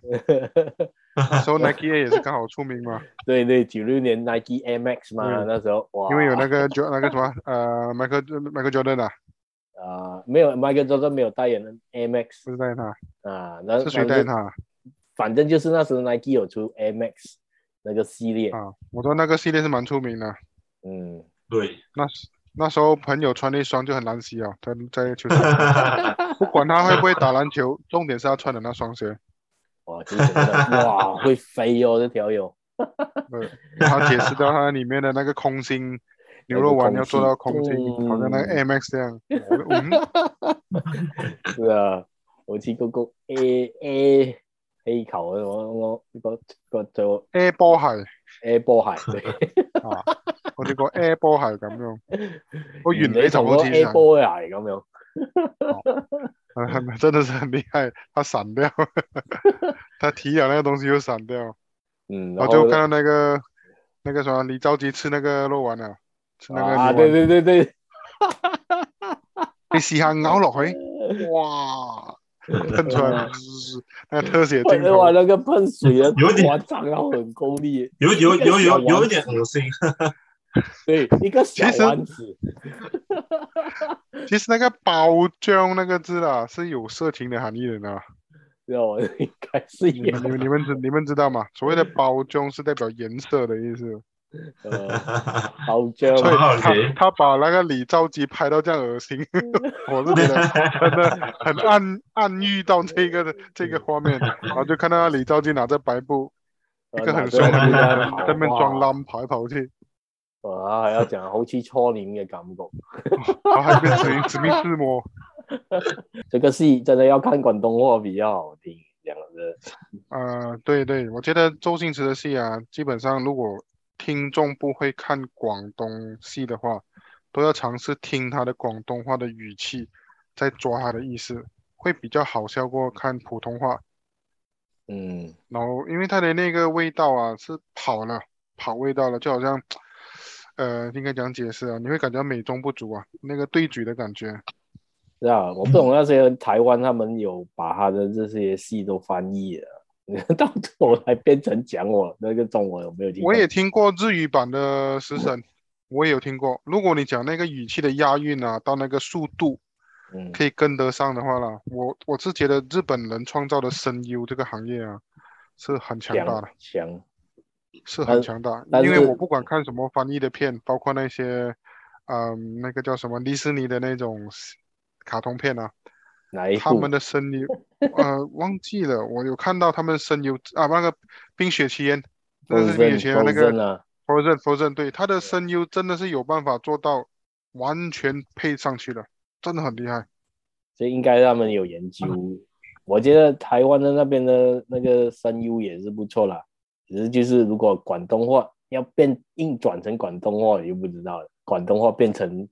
S2: 那时候 Nike Air 也是刚好出名 嘛，
S1: 对对，九六年 Nike Air Max 嘛，
S2: 嗯
S1: 那时候哇，
S2: 因为有那个 Jo 那个什么呃 Michael Michael Jordan 啊，
S1: 啊、没有 Michael Jordan 没有代言 Air Max
S2: 不是带他，
S1: 啊，那
S2: 是谁带他？
S1: 反正就是那时候 Nike 有出 Air Max 那个系列，
S2: 啊，我说那个系列是蛮出名的，
S1: 嗯，
S3: 对，
S2: 那时那时候朋友穿那双就很难洗啊，他在球场 上，不管他会不会打篮球，重点是他穿的那双鞋，
S1: 哇，真的哇会飞哦，这条友
S2: 对，他解释到他里面的那个空心。牛肉丸要做到空心，
S1: 嗯
S2: 好像那个 M X 这样。我就嗯，
S1: 是啊，我去嗰個 A A A 球啊，我我個個做
S2: air 波鞋，
S1: A 波鞋，對
S2: 我哎哋個 air 波鞋
S1: 嗯
S2: 咁樣，個哦原理就
S1: 同
S2: 好
S1: 嗰
S2: 似
S1: A
S2: 神，
S1: 波鞋咁樣，
S2: 係咪 真的是很厲害？他閃掉， 他提了那個東西就閃掉，
S1: 嗯，然
S2: 然後就
S1: 後
S2: 看到那個那個什麼李兆基吃那個肉丸啊，吃那個
S1: 啊，
S2: 牛
S1: 對
S2: 丸，
S1: 對對對，
S2: 你試下咬落去，哇！ 噴出來，那個特寫鏡
S1: 哇，
S2: 頭，
S1: 那個噴水啊，
S3: 有點
S1: 哇，長到很够力，
S3: 有有有有有一点恶心，
S1: 對，一個小
S2: 其實
S1: 丸子，
S2: 其實那個包漿那個字啊是有色情的含義的呢。
S1: 知道我應該是
S2: 你
S1: 有
S2: 們你們你們知你們知道嗎？所謂的包漿是代表顏色的意思。
S1: 呃好像
S2: 所以
S3: 很好
S2: 他
S3: 奇
S2: 他把那个李兆基拍到这样恶心， 我是觉得真的很暗暗喻到这个这个画面，然后就看到李兆基拿着白布，一个很凶的
S3: 男
S2: 女
S3: 人
S2: 人在那边装烂跑来跑去，
S1: 啊，有一陣好似初戀嘅感覺。
S2: 然后还被指指命自摸，
S1: 这个戏真的要看广东话比较好听，这样子。
S2: 呃，对对，我觉得周星驰的戏啊，基本上如果听众不会看广东戏的话，都要尝试听他的广东话的语气，再抓他的意思，会比较好笑过看普通话。
S1: 嗯，
S2: 然后因为它的那个味道啊是跑了，跑味道了，就好像，呃，应该讲解释啊，你会感觉美中不足啊，那个对嘴的感觉。
S1: 是啊，我不懂那些台湾他们有把他的这些戏都翻译了， 到头来变成讲我那个中文有没有听懂？
S2: 我也听过日语版的《食神》，我也有听过。如果你讲那个语气的押韵啊，到那个速度
S1: 嗯
S2: 可以跟得上的话啦，我我是觉得日本人创造的声优这个行业啊，是很强大的
S1: 讲，讲
S2: 是
S1: 但
S2: 很强大。
S1: 但
S2: 因为
S1: 是
S2: 我不管看什么翻译的片，包括那些，嗯，那个叫什么迪士尼的那种卡通片啊。
S1: 哪一
S2: 他
S1: 部
S2: 们？的声 优，呃，忘记了，我有看到他们声优啊，那个《冰雪奇缘》，那是《冰雪奇缘》那个
S1: Frozen 啊，
S2: Frozen Frozen，对，他的声优真的是有办法做到完全配上去了，真的很厉害。
S1: 所以应该他们有研究。我觉得台湾的那边的那个声优也是不错啦，只是就是如果广东话要变硬转成广东话，你就不知道了。广东话变成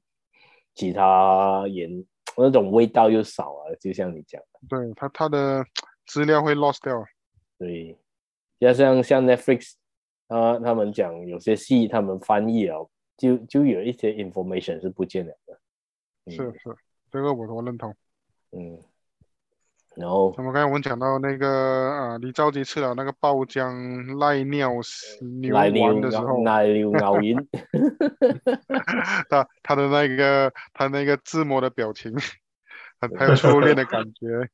S1: 其他言那种味道又少啊，就像你讲的，
S2: 对他他的资料会 lost 掉，
S1: 对。加上像 Netflix，他啊他们讲有些戏他们翻译了，就就有一些 information 是不见了的。嗯
S2: 是是，这个我我认同。
S1: 嗯，然后
S2: 那么刚才我们讲到那个啊，李兆基吃了那个爆浆赖尿牛
S1: 奶牛
S2: 丸的时候，
S1: 奶牛牛银，
S2: 他他的那个他那个自摸的表情， 很还有初恋的感觉。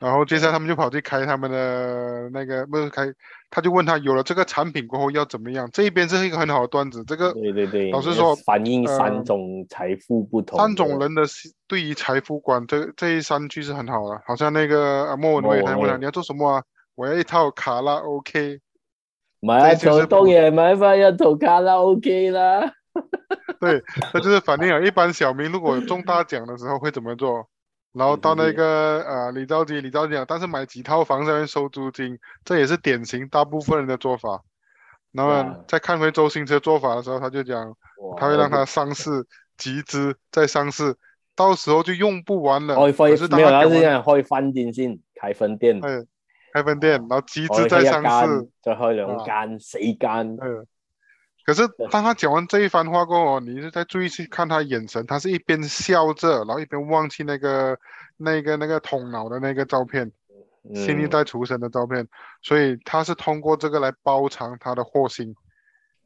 S2: 然后接下来他们就跑去开他们的那个，不是开，他就问他有了这个产品过后要怎么样？这一边是一个很好的段子，这个
S1: 对对对，
S2: 老实
S1: 要
S2: 说
S1: 反映
S2: 呃
S1: 三种财富不同，
S2: 三种，人的心对于财富观，这这一三句是很好的。好像那个呃莫文蔚，
S1: 莫文
S2: 他问
S1: 蔚
S2: 他你要做什么啊？我要一套卡拉 OK，
S1: 买
S2: 这就
S1: 走
S2: 是
S1: 动也买饭要走卡拉 OK 啦，
S2: 这就是反映了一般小明如果有中大奖的时候会怎么做。然后到那
S1: 嗯
S2: 个呃李兆基，李兆基讲，但是买几套房在那边收租金，这也是典型大部分人的做法。然
S1: 哇
S2: 后再看回周星驰的做法的时候，他就讲
S1: 哇
S2: 他会让他上市集资再上市，到时候就用不完了。
S1: 开
S2: 可
S1: 分
S2: 是当
S1: 没有，
S2: 他
S1: 他
S2: 给
S1: 是
S2: 我
S1: 想开分店先，開分店，
S2: 哎开分店，然后集
S1: 開
S2: 资
S1: 一
S2: 再上市
S1: 間，，再開兩間、四間，
S2: 嗯，可是当他讲完这一番话过后，你就再注意去看他眼神，他是一边笑着，然后一边望去那个、那个、那个捅脑的那个照片，新一
S1: 嗯
S2: 代厨神的照片，所以他是通过这个来包藏他的祸心，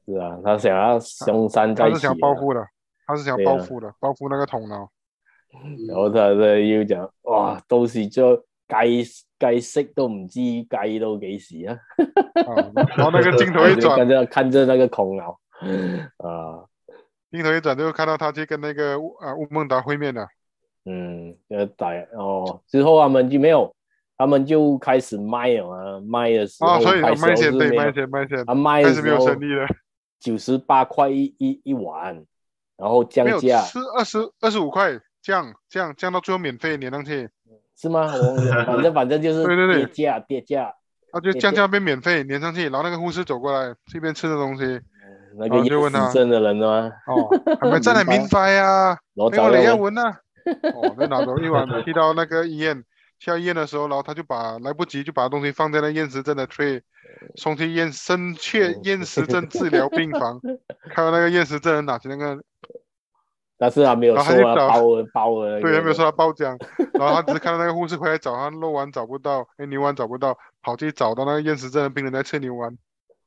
S1: 是啊，他想要凶山
S2: 他
S1: 再
S2: 是
S1: 起
S2: 想
S1: 啊
S2: 要，报复的，他是想要
S1: 对啊
S2: 报复的，报复那个捅 脑。
S1: 然後他就要講，哇，到時將計計息都唔知計到幾時啊！
S2: 啊，然后那个镜 头一转，
S1: 看着看着那個恐牛啊，
S2: 镜头一转就看到他去跟那个啊乌孟达会面了。
S1: 嗯，呃，大哦，之後他們就沒有，他們就開始賣了啊，賣的時候
S2: 啊，所以
S1: 開
S2: 卖
S1: 始
S2: 钱
S1: 候
S2: 对
S1: 是沒
S2: 卖
S1: 有，
S2: 钱卖钱，
S1: 他賣的
S2: 但是没
S1: 時
S2: 有
S1: 候
S2: 生意了，
S1: 九十八塊一一一碗，然後降
S2: 没有
S1: 價。
S2: 是二十二十五块降降降到最后免费粘上去。
S1: 是吗？我忘记 了反正反正就是
S2: 对对对
S1: 跌价跌价，
S2: 他啊就
S1: 对
S2: 降
S1: 对
S2: 价变免费粘上去，然后那个护士走过来，这边吃的东西
S1: 那
S2: 然
S1: 个
S2: 后啊就
S1: 夜
S2: 问他
S1: 市镇的人嘛，
S2: 哦，还没再来明白啊哎呀，
S1: 然后
S2: 没有
S1: 找
S2: 雷亚
S1: 了我
S2: 文呐，哦，就拿走一碗，去到那个医院，去到医院的时候，然后他就把来不及就把东西放在那厌食症的 tray，送去厌深切厌食症治疗病房，看到那个厌食症人拿起那个，
S1: 但是他没有
S2: 然后
S1: 说
S2: 他就
S1: 啊
S2: 找
S1: 包了包了，
S2: 对，还没有说他爆浆，然后他只是看到那个护士回来找他肉丸找不到，哎，牛丸找不到，跑去找到那个厌食症的病人在吃牛 丸，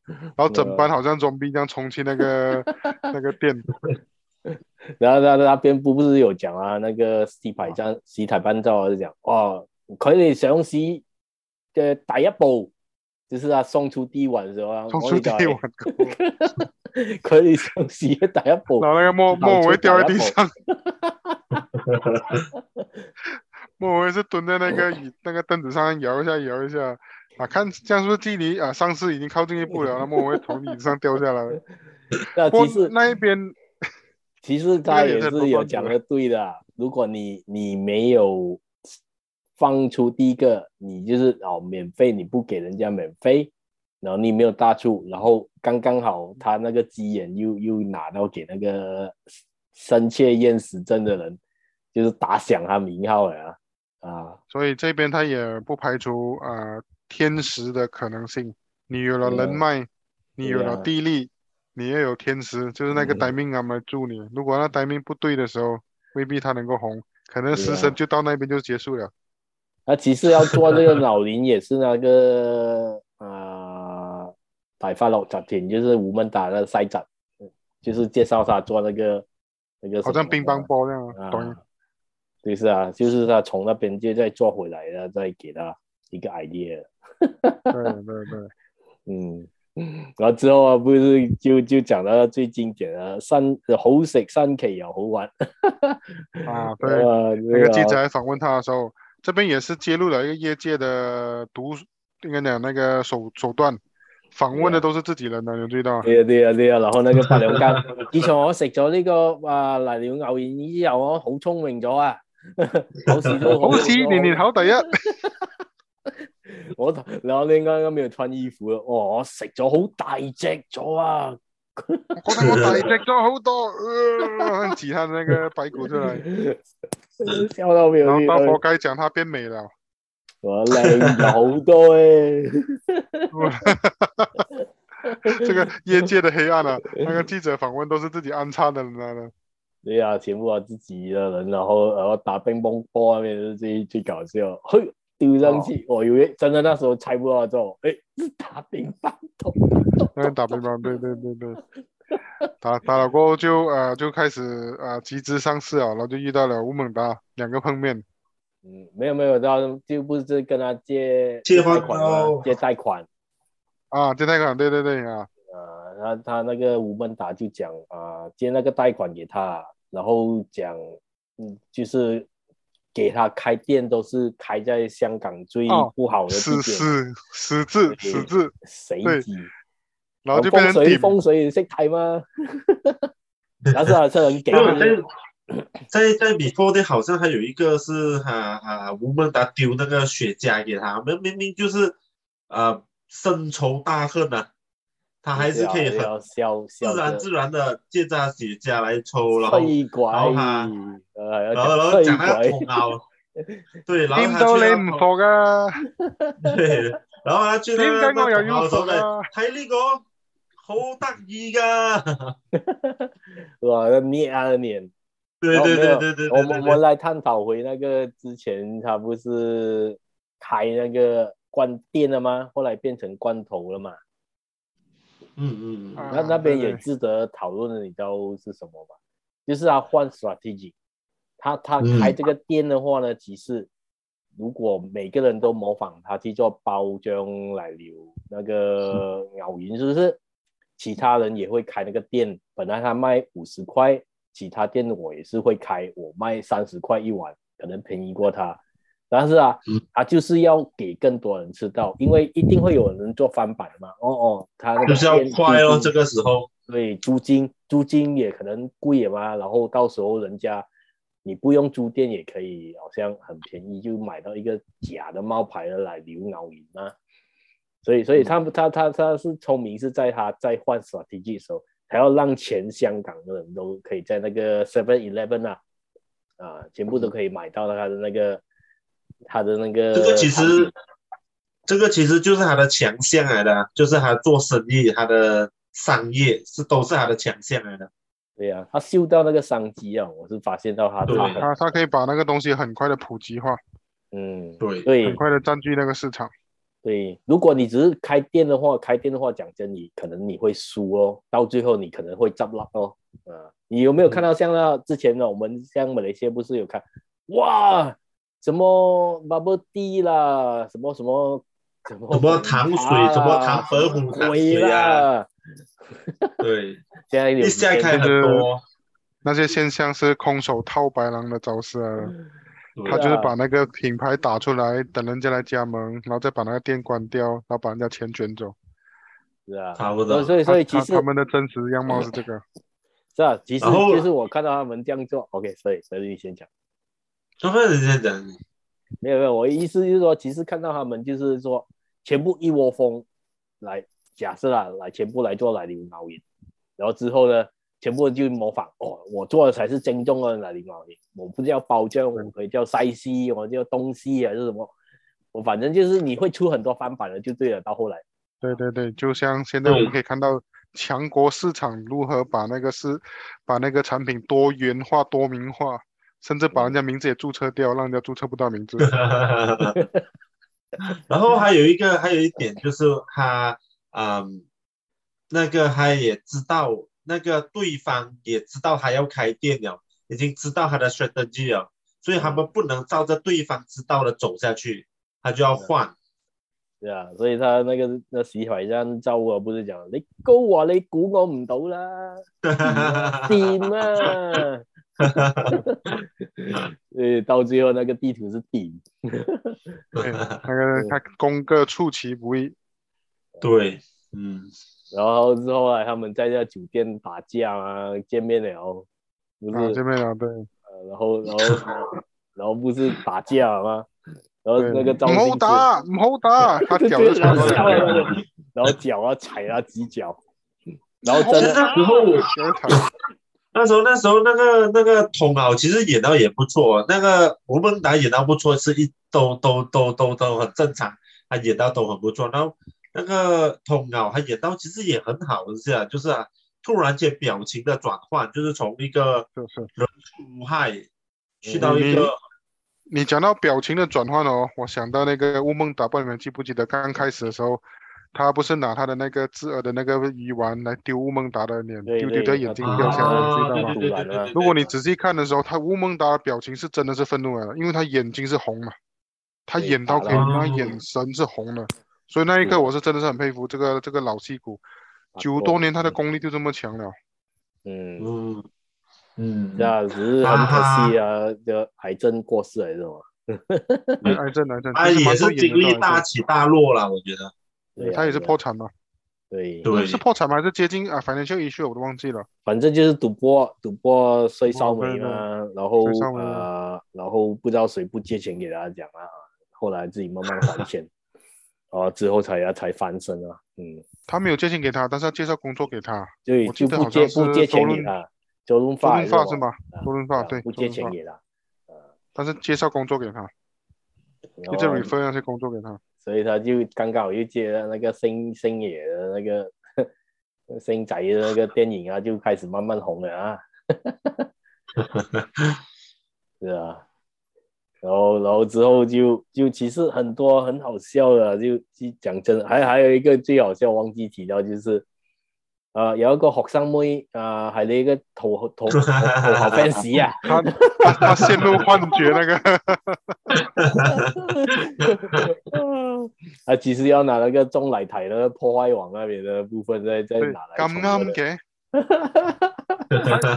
S2: 然后整班好像装逼一样冲去那 个那个店。
S1: 然后他他边不不是有讲啊，那个洗
S2: 哦
S1: 牌站洗牌班照就讲哦，佢哋上市嘅第呃一步就是啊送出第一碗嘅時候啊，
S2: 冲
S1: 我
S2: 出
S1: 哋
S2: 第
S1: 就
S2: 一碗
S1: 係
S2: 糕，
S1: 佢哋上市嘅第一步
S2: 然。后那个莫
S1: 脑
S2: 莫
S1: 出
S2: 文蔚掉在
S1: 第一
S2: 地
S1: 步
S2: 上， 莫文蔚是蹲在那个椅那个凳子上摇一下摇一下，啊，看这样是不是距离啊上市已经靠近一步了，那莫文蔚从椅子上掉下来 了。
S1: 那
S2: 不
S1: 其
S2: 过
S1: 实
S2: 那一边
S1: 其实他也
S2: 这个
S1: 是
S2: 也是
S1: 有
S2: 多
S1: 讲的对的啊，如果你你没有放出第一个，你就是哦免费，你不给人家免费，然后你没有大出，然后刚刚好他那个鸡眼又又拿到给那个深切厌食症的人，就是打响他名号了啊啊！
S2: 所以这边他也不排除啊天时的可能性。你有了
S1: 对啊
S2: 人脉，你有
S1: 对
S2: 了
S1: 啊
S2: 地利，你也有天时，就是那个
S1: 嗯
S2: 歹命安排助你。如果那歹命不对的时候，未必他能够红，可能
S1: 对
S2: 食
S1: 啊
S2: 神就到那边就结束了。
S1: 那其实要做这个老林也是那个啊、呃，百发老杂田，就是吴孟达的赛长，就是介绍他做那个那个
S2: 好像乒乓波那样啊，懂
S1: 啊，对是啊，就是他从那边就再做回来了，再给他一个 idea，
S2: 对对对，
S1: 嗯，然后之后啊，不是就就讲到最经典的新好食新奇又好玩，
S2: 啊对，
S1: 啊，
S2: 那
S1: 那
S2: 个记者来访问他的时候，这边也是揭露了一个业界的毒，应该讲那个手手段，访问的都是自己人的，你有注意到吗？
S1: 啊对啊對啊對啊，然後呢個八兩間，自從我食咗呢個啊瀨尿牛丸之後，我好聰明咗啊！ 好事都
S2: 好事年年考第一，
S1: 我然後你啱啱要穿衣服啦，哦，我食咗好大隻咗啊！
S2: 我覺得我大隻咗好多，呃，好像挤他的那个白骨出来。
S1: 笑到沒有
S2: 然后
S1: 血
S2: 到
S1: 啊
S2: 活该讲他变美了，
S1: 我靚咗好多欸誒，
S2: 这个业界的黑暗啊！那个记者访问都是自己安插的人来的，
S1: 哎啊你啊，全部我自己的人，然後然後打乒乓波那邊最最搞笑，嘿，丢上去，我以为真的那时候猜不到之后，哎，是打乒乓球，
S2: 那个打乒乓，对对对对，打打了过后就呃就开始呃集资上市啊，然后就遇到了吴猛达，两个碰面，
S1: 嗯，没有没有，到就不是跟他借
S3: 借
S1: 贷
S3: 款
S1: 款
S3: 哦
S1: 了，借贷款，
S2: 啊，就那个对对对啊，
S1: 啊，他他那个吴孟达就讲啊、借那个贷款给他，然后讲，嗯，就是给他开店都是开在香港最
S2: 哦
S1: 不好的地
S2: 死
S1: 点，
S2: 死死字死字，
S1: 谁
S2: 对
S1: 知？
S2: 然后就变
S1: 风
S2: 成
S1: 水
S2: 顶，
S1: 风水识睇 吗？但是啊，这人给
S3: 没有
S1: 力
S3: 在在在 before 的好像还有一个是哈啊吴孟达丢那个雪茄给他，明明明就是呃深仇大恨呐、啊他还
S1: 啊
S3: 是可以很
S1: 要笑笑
S3: 自然自然的借着雪茄来抽，然后
S1: 醉鬼，
S3: 然后他
S1: 呃，
S3: 然后然
S1: 要
S3: 后
S1: 讲
S3: 讲他
S1: 醉
S3: 捅凹，对，然后
S2: 点
S3: 他
S2: 到
S3: 去
S2: 你
S3: 那
S2: 唔
S3: 捅
S2: 服啊，
S3: 对，然後咧，最
S2: 點解
S3: 咧
S2: 我又要
S3: 我手
S2: 服啊
S3: 嚟睇呢個好得意㗎，
S1: 鬼， 哇，那捏啊捏。
S3: 對對對對對
S1: 我
S3: 對
S1: 们
S3: 對
S1: 我
S3: 對
S1: 们来探讨回那个之前他不是开那个罐店了吗？后来变成罐头了嘛？
S3: 嗯嗯
S2: 啊
S3: 嗯，
S1: 那那边
S2: 对
S1: 也值得讨论的，你知道是什么吗？就是他换 strategy，他他
S3: 嗯
S1: 开这个店的话呢，其实如果每个人都模仿他去做包装奶牛那个咬银，是不是？其他人也会开那个店，本来他卖五十块，其他店我也是会开，我卖三十块一碗，可能便宜过他。但是啊
S3: 嗯，
S1: 他就是要给更多人吃到，因为一定会有人做翻版嘛。哦哦，他那个
S3: 就是要
S1: 店
S3: 快哦
S1: 租金
S3: 咯，這個時候，
S1: 对，租金租金也可能贵嘛，然后到时候人家你不用租店也可以，好像很便宜就买到一个假的冒牌的来留脑银啊。所以，所以他他他他是聪明，是在他在换 strategy 的时候，还要让全香港的人都可以在那个 Seven Eleven 啊啊，全部都可以买到他的那个他的那
S2: 呃
S1: 个
S3: 這個其
S1: 产品
S2: 嗯
S3: 實這個其實就是他的強項來的啊，就是他做生意，他的商業是都是他的強項來的。
S1: 对呀、他嗅到那个商机啊，我是发现到他
S3: 对
S1: 他
S2: 啊他他可以把那个东西很快的普及化，
S1: 嗯
S3: 對
S1: 对
S2: 很快的占据那个市场，
S1: 对，如果你只是开店的话，开店的话，讲真，你可能你会输哦，到最后你可能会 j u 哦。啊，你有没有看到像那之前呢？我们像马来西亚不是有看哇，什么 bubble tea 啦，什么什么什么
S3: 什么糖水
S1: 红茶啦啊
S3: 什么糖粉红糖
S1: 鬼
S3: 水
S1: 啦
S3: 啊！對，
S1: 现在有
S3: 一下開很多，
S2: 那些现象是空手套白狼的招式啊。
S3: 對
S2: 他就是
S1: 嗯啊
S2: 把那个品牌打出来，等人家来加盟，然后再把那个店关掉，然后把人家钱卷走。
S1: 是啊，
S3: 差
S1: 所
S3: 不多
S1: 以。所以所以其
S2: 他
S1: 实嗯
S2: 他他们的真实样貌是这个。
S1: 是啊，其实
S3: 然后
S1: 就是我看到他们这样做，OK，所以所以你先讲。
S3: 除非人家講，
S1: 没有没有，我的意思就是说，其实看到他们就是说，全部一窝蜂来，假设啦，来全部来做奶牛毛饮，然后之后呢，全部就模仿哦，我做的才是正宗的奶牛毛饮，我不叫包浆，我可以叫西西，我叫东西还是什么，我反正就是你会出很多翻版的就对了。到后来，
S2: 对对对，就像现在我们
S3: 对
S2: 可以看到强国市场如何把那个是把那个产品多元化、多名化，甚至把人家名字也注册掉，让人家注册不 到名字。
S3: 然后还有一个，还有一点就是他，嗯，那个他也知道，那个对方也知道他要开店了，已经知道他的 strategy 了，所以他们不能照着对方知道的走下去，他就要换。
S1: 对啊，所以他那个那史怀山周啊，不是讲你高話你估我唔到啦，嗯 掂 啊，呃，到最后那个地图是底。
S2: 对，那个他攻个出其不意，
S3: 对，嗯，
S1: 然后之后来他们在那酒店打架啊，见面了，不
S2: 啊，
S1: 是，
S2: 这边啊，对，
S1: 呃然后然后然后不是打架了吗？然后那个
S2: 对
S1: 赵
S2: 唔
S1: 信
S2: 好打，唔好 打，他屌
S1: 对对
S2: 就屌
S1: 然
S2: 了
S1: 后
S2: 屌
S1: 笑
S2: 了，
S1: 了那个然后脚啊踩啊几脚，然后真
S3: 其实
S1: 的
S3: 那时候
S2: 屌惨
S3: 那时候那时候那个那个童敖其实演到也不错，那个吴孟达演到不错，是一都都都都都很正常，他演到都很不错。然后那个童敖他演到其实也很好，是啊，就是啊，突然间表情的转换，就是从一个
S2: 就是。
S3: 无害去到一个
S2: 你讲到表情的转换哦，我想到那个《乌梦打报》里面，记不记得刚开始的时候，他不是拿他的那个自饵的那个鱼丸来丢乌梦达的脸，
S1: 对
S2: 丢
S1: 对
S2: 丢他眼睛掉下
S1: 啊
S2: 来，你知
S1: 对
S2: 道
S1: 对对
S2: 吗？
S1: 对对
S2: 如果你仔细看的时候，他乌蒙达的表情是真的是愤怒来了，因为他眼睛是红嘛，他
S1: 对
S2: 眼到
S1: 打啊
S2: 可以，
S3: 了
S2: 他眼神是红的，所以那一
S1: 是
S2: 刻我是真的是很佩服这个这个老戏骨，
S1: 啊
S2: 九多年他的功力就这么强了。
S1: 嗯，
S3: 嗯嗯，
S1: 那只是很可惜啊，就癌症过世还是什么？
S2: 癌癌症癌症，
S3: 他
S2: 其实
S3: 也
S2: 蛮多
S3: 是
S2: 演
S3: 经
S2: 员
S3: 历
S2: 都
S3: 大
S2: 癌
S3: 起大落啦，我觉得。
S1: 对
S2: 症，
S1: 啊
S2: 嗯他也是
S1: 对啊
S2: 破产嘛，
S1: 对，
S3: 对，
S2: 是破产吗？还是接近啊 financial issue 我都忘记了。
S1: 反正就是赌博，赌博睡烧煤嘛，然后
S2: 睡烧煤
S1: 呃，然后不知道谁不借钱给他讲啊，后来自己慢慢还 钱，然后之后才要才翻身啊，嗯，
S2: 他没有借钱给他，但是他介绍工作给他，
S1: 对，
S2: 我记
S1: 就
S2: 得
S1: 不
S2: 好
S1: 借
S2: 像
S1: 不
S2: 是
S1: 借钱
S2: 周
S1: 给
S2: 润
S1: 他，周润
S2: 周
S1: 发
S2: 润
S1: 还
S2: 发
S1: 什
S2: 是
S1: 么
S2: 吗？周润发
S1: 啊
S2: 对，
S1: 不
S2: 周
S1: 借
S2: 润
S1: 钱
S2: 发，
S1: 给他，
S2: 但是介绍工作给他，一直
S1: 然后
S2: refer 那些工作给他。
S1: 所以他就刚好又接了那个星星爷的那个星仔的那个 电影啊，就开始慢慢红了啊。 是啊，然后然后之后就就其实很多很好笑的，就就讲真的，还还有一个最好笑忘记提到就是。呃，有一個學生妹，啊、係你嘅頭頭頭頭號 fans 啊，
S2: 他他他陷入幻觉那个。
S1: 啊，其實要拿那個中奶台那個破壞王那邊的部分再再
S2: 对，
S1: 拿來
S2: 咁
S1: 重合
S2: 啱
S1: 的
S2: 嘅。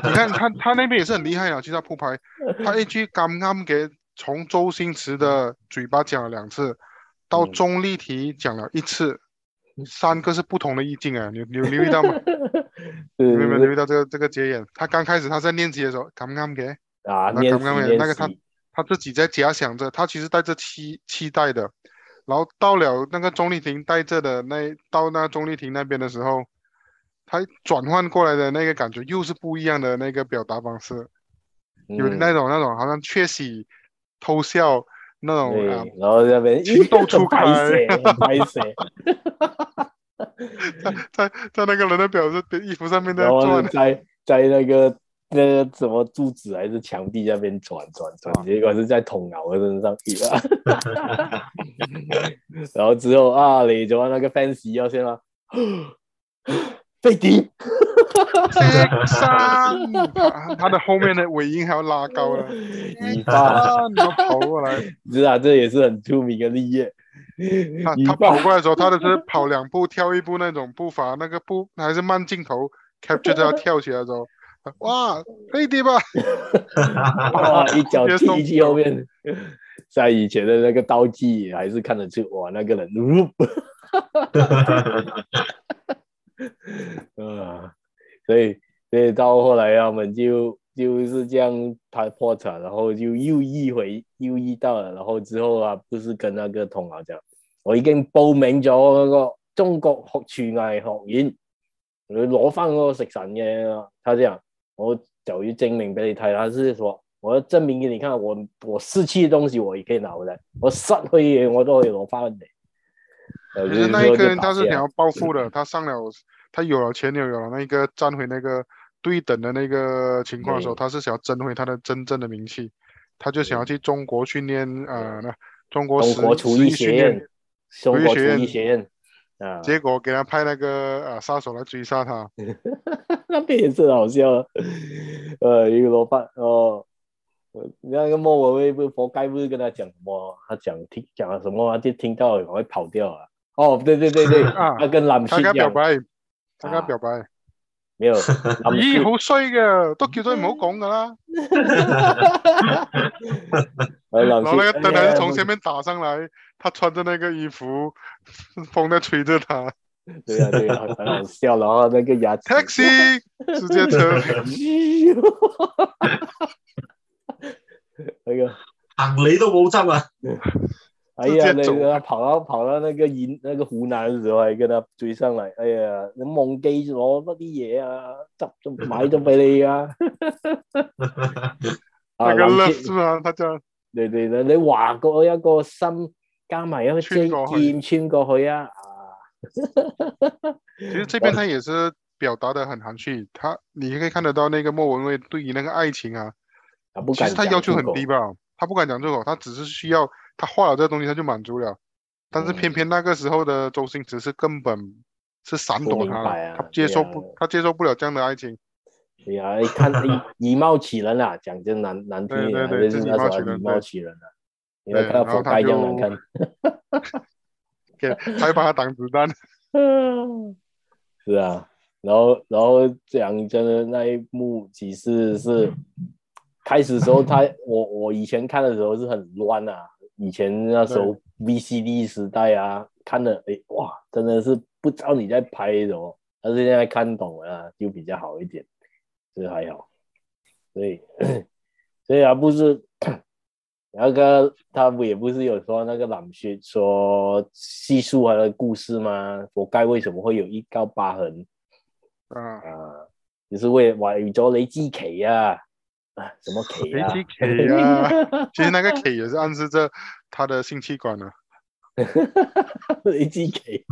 S2: 你看他他那边也是很厉害啊，其实他铺排，他一句刚刚给从周星驰的嘴巴讲了两次，到
S1: 嗯
S2: 钟丽缇讲了一次，三个是不同的意境啊，你你有留意到吗？
S1: 对
S2: 你有没有
S1: 对
S2: 留
S1: 对
S2: 意到这个这个节点？他刚开始他在练习的时候，刚刚给
S1: 啊，
S2: 那
S1: 练习
S2: 刚刚
S1: 练
S2: 那个
S1: 习
S2: 他他自己在假想着，他其实带着期期待的，然后到了那个钟丽缇带着的那到那钟丽缇那边的时候，他转换过来的那个感觉又是不一样的那个表达方式。有
S1: 嗯
S2: 那种那种好像缺席、偷笑那种
S1: 对
S2: 啊，，
S1: 然后在那边
S2: 情窦初
S1: 拍
S2: 开
S1: 摄拍摄，
S2: 在在那个人的表示衣服上面在
S1: 然后
S2: 转，
S1: 在在那个那个什么柱子还是墙壁那边转转转，结果是在捅鸟的身上去了。 然后之后啊，你就那个 fans 要先吗？ 贝迪，
S2: 这三，啊他的后面的尾音还要拉高了，
S1: 你爸
S2: 啊，你要跑过来，
S1: 是啊，这也是很出名的立业。
S2: 他
S1: 你
S2: 他
S1: 爸
S2: 跑过来的时候，他的是跑两步跳一步那种步伐，那个步还是慢 镜头 capture 到他跳起来的时候，哇，飞迪吧，
S1: 啊，一脚
S2: 别
S1: 踢
S2: 松
S1: 去后面，在以前的那个刀技还是看得出哇，那个人，啊，所以所以到后来他们就就是这样他破产，然后就又一回又一到了，然后之后啊，不是跟那个同行讲，我已經報名咗嗰個中國學廚藝學院，你攞翻嗰個食神嘅，他這樣，我就要證明俾你睇啦，即係說我要證明給你看，我我失去嘅東西我也可以拿回來，我失去嘅我都可以攞翻嚟。呃
S2: 可
S1: 就是
S2: 是那一
S1: 说
S2: 个
S1: 就
S2: 人他
S1: 打
S2: 是
S1: 架
S2: 想要暴富的，他上了，他有了钱，有了那个站回那个对等的那个情况的时候，
S1: 对
S2: 他是想要争回他的真正的名气，他就想要去中国训练，呃，那中国
S1: 中
S2: 十
S1: 国厨
S2: 十
S1: 艺
S2: 一
S1: 学
S2: 训练
S1: 院，，中
S2: 厨艺
S1: 國
S2: 學
S1: 廚
S2: 院
S1: 藝學院啊，
S2: 结果给他派那个呃杀手来追杀他，
S1: 那边也是好笑，呃，一个老板哦，呃那个莫文蔚不是活该不是跟他讲什么，他讲听讲了什么啊，就听到了赶快跑掉了。哦，对对对对，
S2: 啊
S1: 他跟蓝
S2: 他
S1: 旭
S2: 跟他
S1: 一
S2: 表
S1: 样，
S2: 白，他跟
S1: 啊
S2: 他表白，
S1: 没 有，藍
S2: 咦
S1: 雪
S2: 好衰嘅，都叫咗
S1: 嗯
S2: 你唔好講噶啦，
S1: 呃藍
S2: 然后那
S1: 雪
S2: 個燈還是從
S1: 哎呀
S2: 前面打上來，他穿着那个衣服，風在吹着他
S1: 哎对呀、对呀、啊很好笑，然后那个牙齿
S2: ，taxi 直接车。
S1: 那个。
S3: 行你都冇執啊！
S1: 哎呀，
S2: 直接
S1: 那
S2: 走
S1: 个跑到跑到那个云那个湖南的时候，还跟他追上来。哎呀，你忘記攞乜啲嘢啊？執咗買咗俾你 啊！啊，
S2: 那個
S1: 林
S2: love
S1: 雪
S2: 是嘛？他叫
S1: 你你你你畫過一個心，加埋一個
S2: 穿過去
S1: 箭穿過去啊！
S2: 其实这
S1: 我
S2: 边他也是表达的很含蓄，他你可以看得到那个莫文蔚对于那个爱情啊，
S1: 啊，不
S2: 其
S1: 敢
S2: 实他
S1: 講
S2: 要求
S1: 出
S2: 很
S1: 口
S2: 低吧，他不敢讲出口，他只是需要他画了这个东西他就满足了。但是偏偏那个时候的周星驰是根本是闪
S1: 不
S2: 躲
S1: 明
S2: 他
S1: 白
S2: 的，
S1: 啊
S2: 他接受
S1: 对啊
S2: 不，他接受不了这样的爱情。
S1: 对呀、一看 以以貌取人啦、讲真难难听一点啊，
S2: 对对对
S1: 就是
S2: 自己
S1: 那
S2: 貌
S1: 时
S2: 取
S1: 候
S2: 人
S1: 以貌
S2: 对
S1: 取人了、啊你要
S2: 对
S1: 看到
S2: 然后
S1: 佛
S2: 他
S1: 盖一样难
S2: 就
S1: 看。
S2: 给他就把他当子弹，
S1: 嗯，是啊，然后然后讲真的那一幕其实是开始时候他我我以前看的时候是很乱啊，以前那时候 VCD 时代啊，看的哎哇，真的是不知道你在拍什么，但是现在看懂了啊就比较好一点，这还好，所以所以啊不是。 那个他不也不是有说那个朗旭说细述他的故事吗？佛盖为什么会有一道疤痕
S2: 啊，
S1: 啊？就是为话语咗你知奇啊，啊什么奇
S2: 雷
S1: 啊？
S2: 击 K 啊 呀，其实那个 K 也是暗示着他的性器官啊，
S1: 你知奇，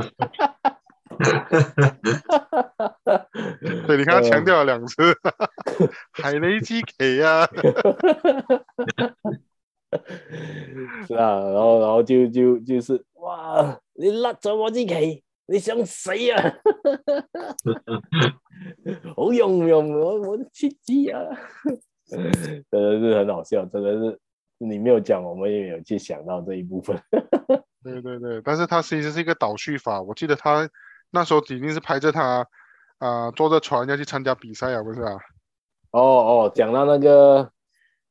S2: 对，你看他强
S1: 嗯
S2: 调 了两次，海雷击 K 呀，
S1: 是啊，然后然后就就就是哇，你甩咗我支旗，你想死啊！ 好用唔用我我的妻子啊？ 真的是很好笑，真的是你没有讲，我们也没有去想到这一部分。
S2: 对对对，但是他其实是一个倒叙法，我记得他那时候一定是拍着他啊、坐着船要去参加比赛啊，不是啊？
S1: 哦哦，讲到那个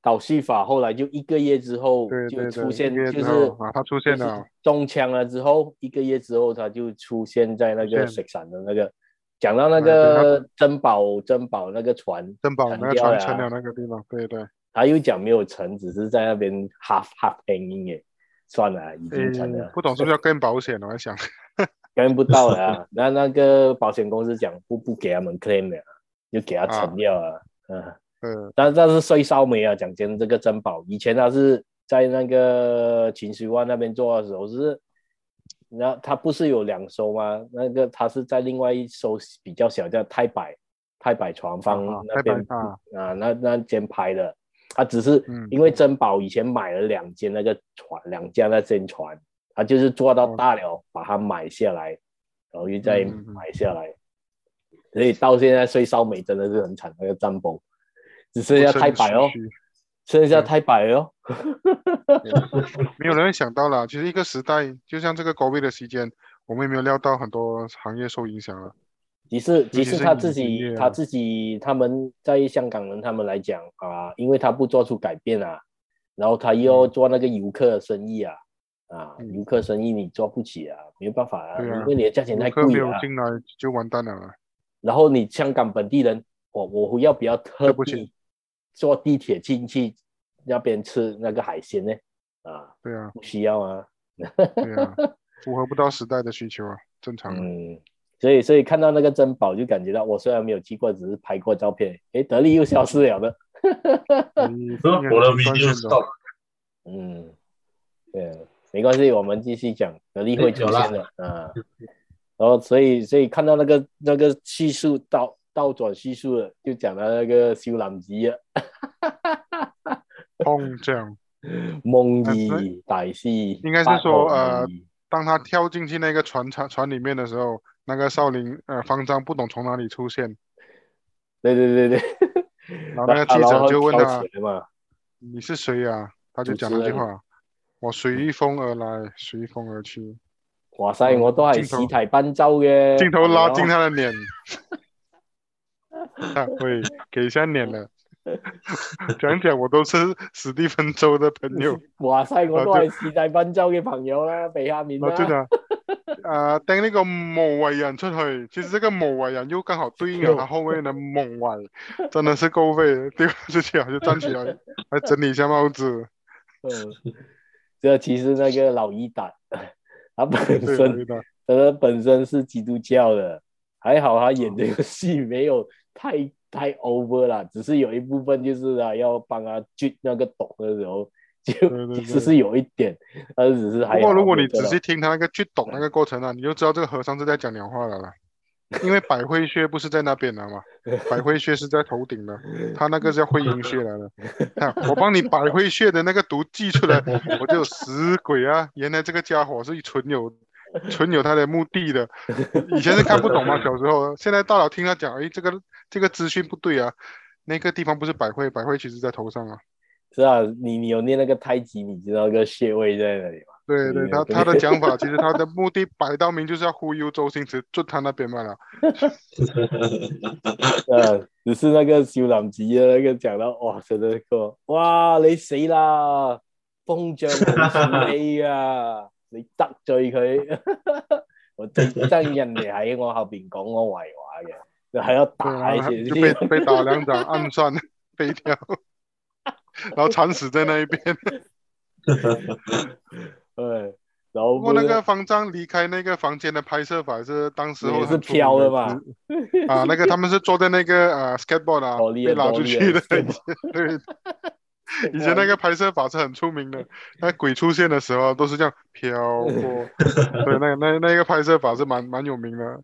S1: 导戏法，后来就一个月之后
S2: 对
S1: 就
S2: 对对，
S1: 出现，
S2: 一个月
S1: 就
S2: 之
S1: 是
S2: 后啊，他出
S1: 就
S2: 现
S1: 是
S2: 了，
S1: 中枪了之后，一个月之后他就出现在那个
S2: 出现
S1: 水闪的那个，讲到那
S2: 哎对
S1: 个珍宝珍宝那个船，
S2: 珍宝那
S1: 砍
S2: 个
S1: 掉
S2: 船
S1: 了
S2: 沉
S1: 啊
S2: 了那个地方，对对，
S1: 他又讲没有沉，只是在那边 half half hanging 耶，算了，啊已经沉
S2: 诶
S1: 了，，
S2: 哎不懂是不是要更保险？我在想，
S1: 跟不到了啊。 那那个保险公司讲不不给他们 claim 了啊，就给他沉掉了。嗯、
S2: 呃，
S1: 但但是税烧没啊，讲真，这个珍宝以前他是在那个秦始皇那边做的时候是，然后他不是有两艘吗？那个他是在另外一艘比较小叫太白太白船坊
S2: 啊
S1: 那边
S2: 太白啊
S1: 那那间拍的，他只是
S2: 嗯
S1: 因为珍宝以前买了两间那个船，两架那间船，他就是做到
S2: 哦
S1: 大了，把它买下来，然后又再
S2: 嗯嗯嗯
S1: 买下来。所以到现在税烧美真的是很惨，那个占卜只剩下
S2: 不胜
S1: 太白哦
S2: 唏，嘘嗯
S1: 剩下太白哦，
S2: 没有人会想到啦。其实一个时代，就像这个 COVID 的期间，我们也没有料到很多行业受影响了。啊
S1: 即使即
S2: 其
S1: 使
S2: 是
S1: 他自
S2: 影
S1: 己
S2: 业啊
S1: 他自己他们在香港人他们来讲啊，因为他不做出改变啊，然后他又做那个游客的生意啊啊，
S2: 嗯
S1: 游客生意你做不起啊，没有办法啊，
S2: 对啊
S1: 因为你的价钱太
S2: 游
S1: 贵
S2: 客没有
S1: 啊。
S2: 进来就完蛋了啦。
S1: 然后你香港本地人，我我要不要特
S2: 对不
S1: 地
S2: 起
S1: 坐地铁进去那边吃那个海鲜呢？啊，
S2: 对啊，
S1: 不需要啊。
S2: 对啊，符合不到时代的需求啊，正常啊。
S1: 嗯，所以所以看到那个珍宝就感觉到，我虽然没有去过，只是拍过照片，诶，德利又消失了的。
S2: 你应该
S3: 我的
S2: 习惯
S3: video
S2: 性地
S3: stop
S1: 嗯，对啊，没关系，我们继续讲，德利会出现的啊。然后所以所以看到那个那个叙述倒倒转叙述了，就讲到那个修兰吉啊，
S2: 碰这样。
S1: 梦
S2: 呃所
S1: 怡大师，应
S2: 应该是说呃当他跳进去那个船船船里面的时候，那个少林呃方丈不懂从哪里出现，
S1: 对对对对，
S2: 然后那个记者就问 啊
S1: 然后跳
S2: 他
S1: 起来嘛，
S2: 你是谁呀、他就讲
S1: 主
S2: 那
S1: 持
S2: 句
S1: 人
S2: 话：“我随风而来，随风而去。
S1: 哇塞，我都系
S2: 嗯镜
S1: 史
S2: 头
S1: 提賓州”嘅，
S2: 镜头拉近
S1: 係咯
S2: 他的 脸，啊，喂，给一下脸 了。讲讲我都是 史蒂芬周的朋友，
S1: 話晒我都係是大賓州嘅朋友 啦，俾下面
S2: 然
S1: 啦
S2: 后。就讲，呃，带那个某伟人出去，其实这个某伟人又刚好对应了他后面的某伟，真的是够费，丢出去啊就站起来，来整理一下帽子，
S1: 嗯，这其实那个老一党， 他本
S2: 对
S1: 身
S2: 对的，
S1: 他本身是基督教的，还好他演这个戏没有太太 over 啦，只是有一部分就是啊要帮他锯那个懂的时候，就
S2: 对对
S1: 其实是有一点，但是只是还
S2: 不
S1: 好。
S2: 过如果你
S1: 没有
S2: 仔
S1: 做到
S2: 细听他那个去懂那个过程啊，你就知道这个和尚是在讲鸟话了啦。因为百会穴不是在那边的嘛，百会穴是在头顶的，他那个叫会阴穴来的。啊我帮你百会穴的那个毒寄出来，我就死鬼啊！原来这个家伙是存有存有他的目的的。以前是看不懂嘛，小时候，现在大佬听他讲，哎，这个这个资讯不对啊，那个地方不是百会，百会其实在头上啊。
S1: 是啊，你你有念那个太极，你知道那个穴位在哪里吗？
S2: 对对，
S1: 对
S2: 他
S1: 对
S2: 他的讲法，其实他的目的摆到明就是要忽悠周星驰，就他那边嘛了。
S1: 呃，只是那个小林子的那个讲到，哇，真的个，哇，你死啦，風象無視你啊，你得罪佢， 我最憎人哋喺我後邊講我壞話嘅，你喺度
S2: 对
S1: 打
S2: 啊，
S1: 住
S2: 就被
S1: 先，
S2: 被打两掌，暗算飞掉， 然后惨死在那一边。
S1: 对，然
S2: 不
S1: 後
S2: 过那个方丈离开那个房间的拍摄法是当时候
S1: 也是
S2: 很出
S1: 飘
S2: 名
S1: 的嘛，
S2: 啊，那个他们是坐在那个呃 skateboard 啊
S1: 哦你也
S2: 被拉
S1: 懂
S2: 出
S1: 你
S2: 去
S1: 也
S2: 的，
S1: 懂
S2: 对， 以前那个拍摄法是很出名的。那鬼出现的时候都是这样 飘过，对，那那那个拍摄法是蛮蛮有名的。
S1: 嗯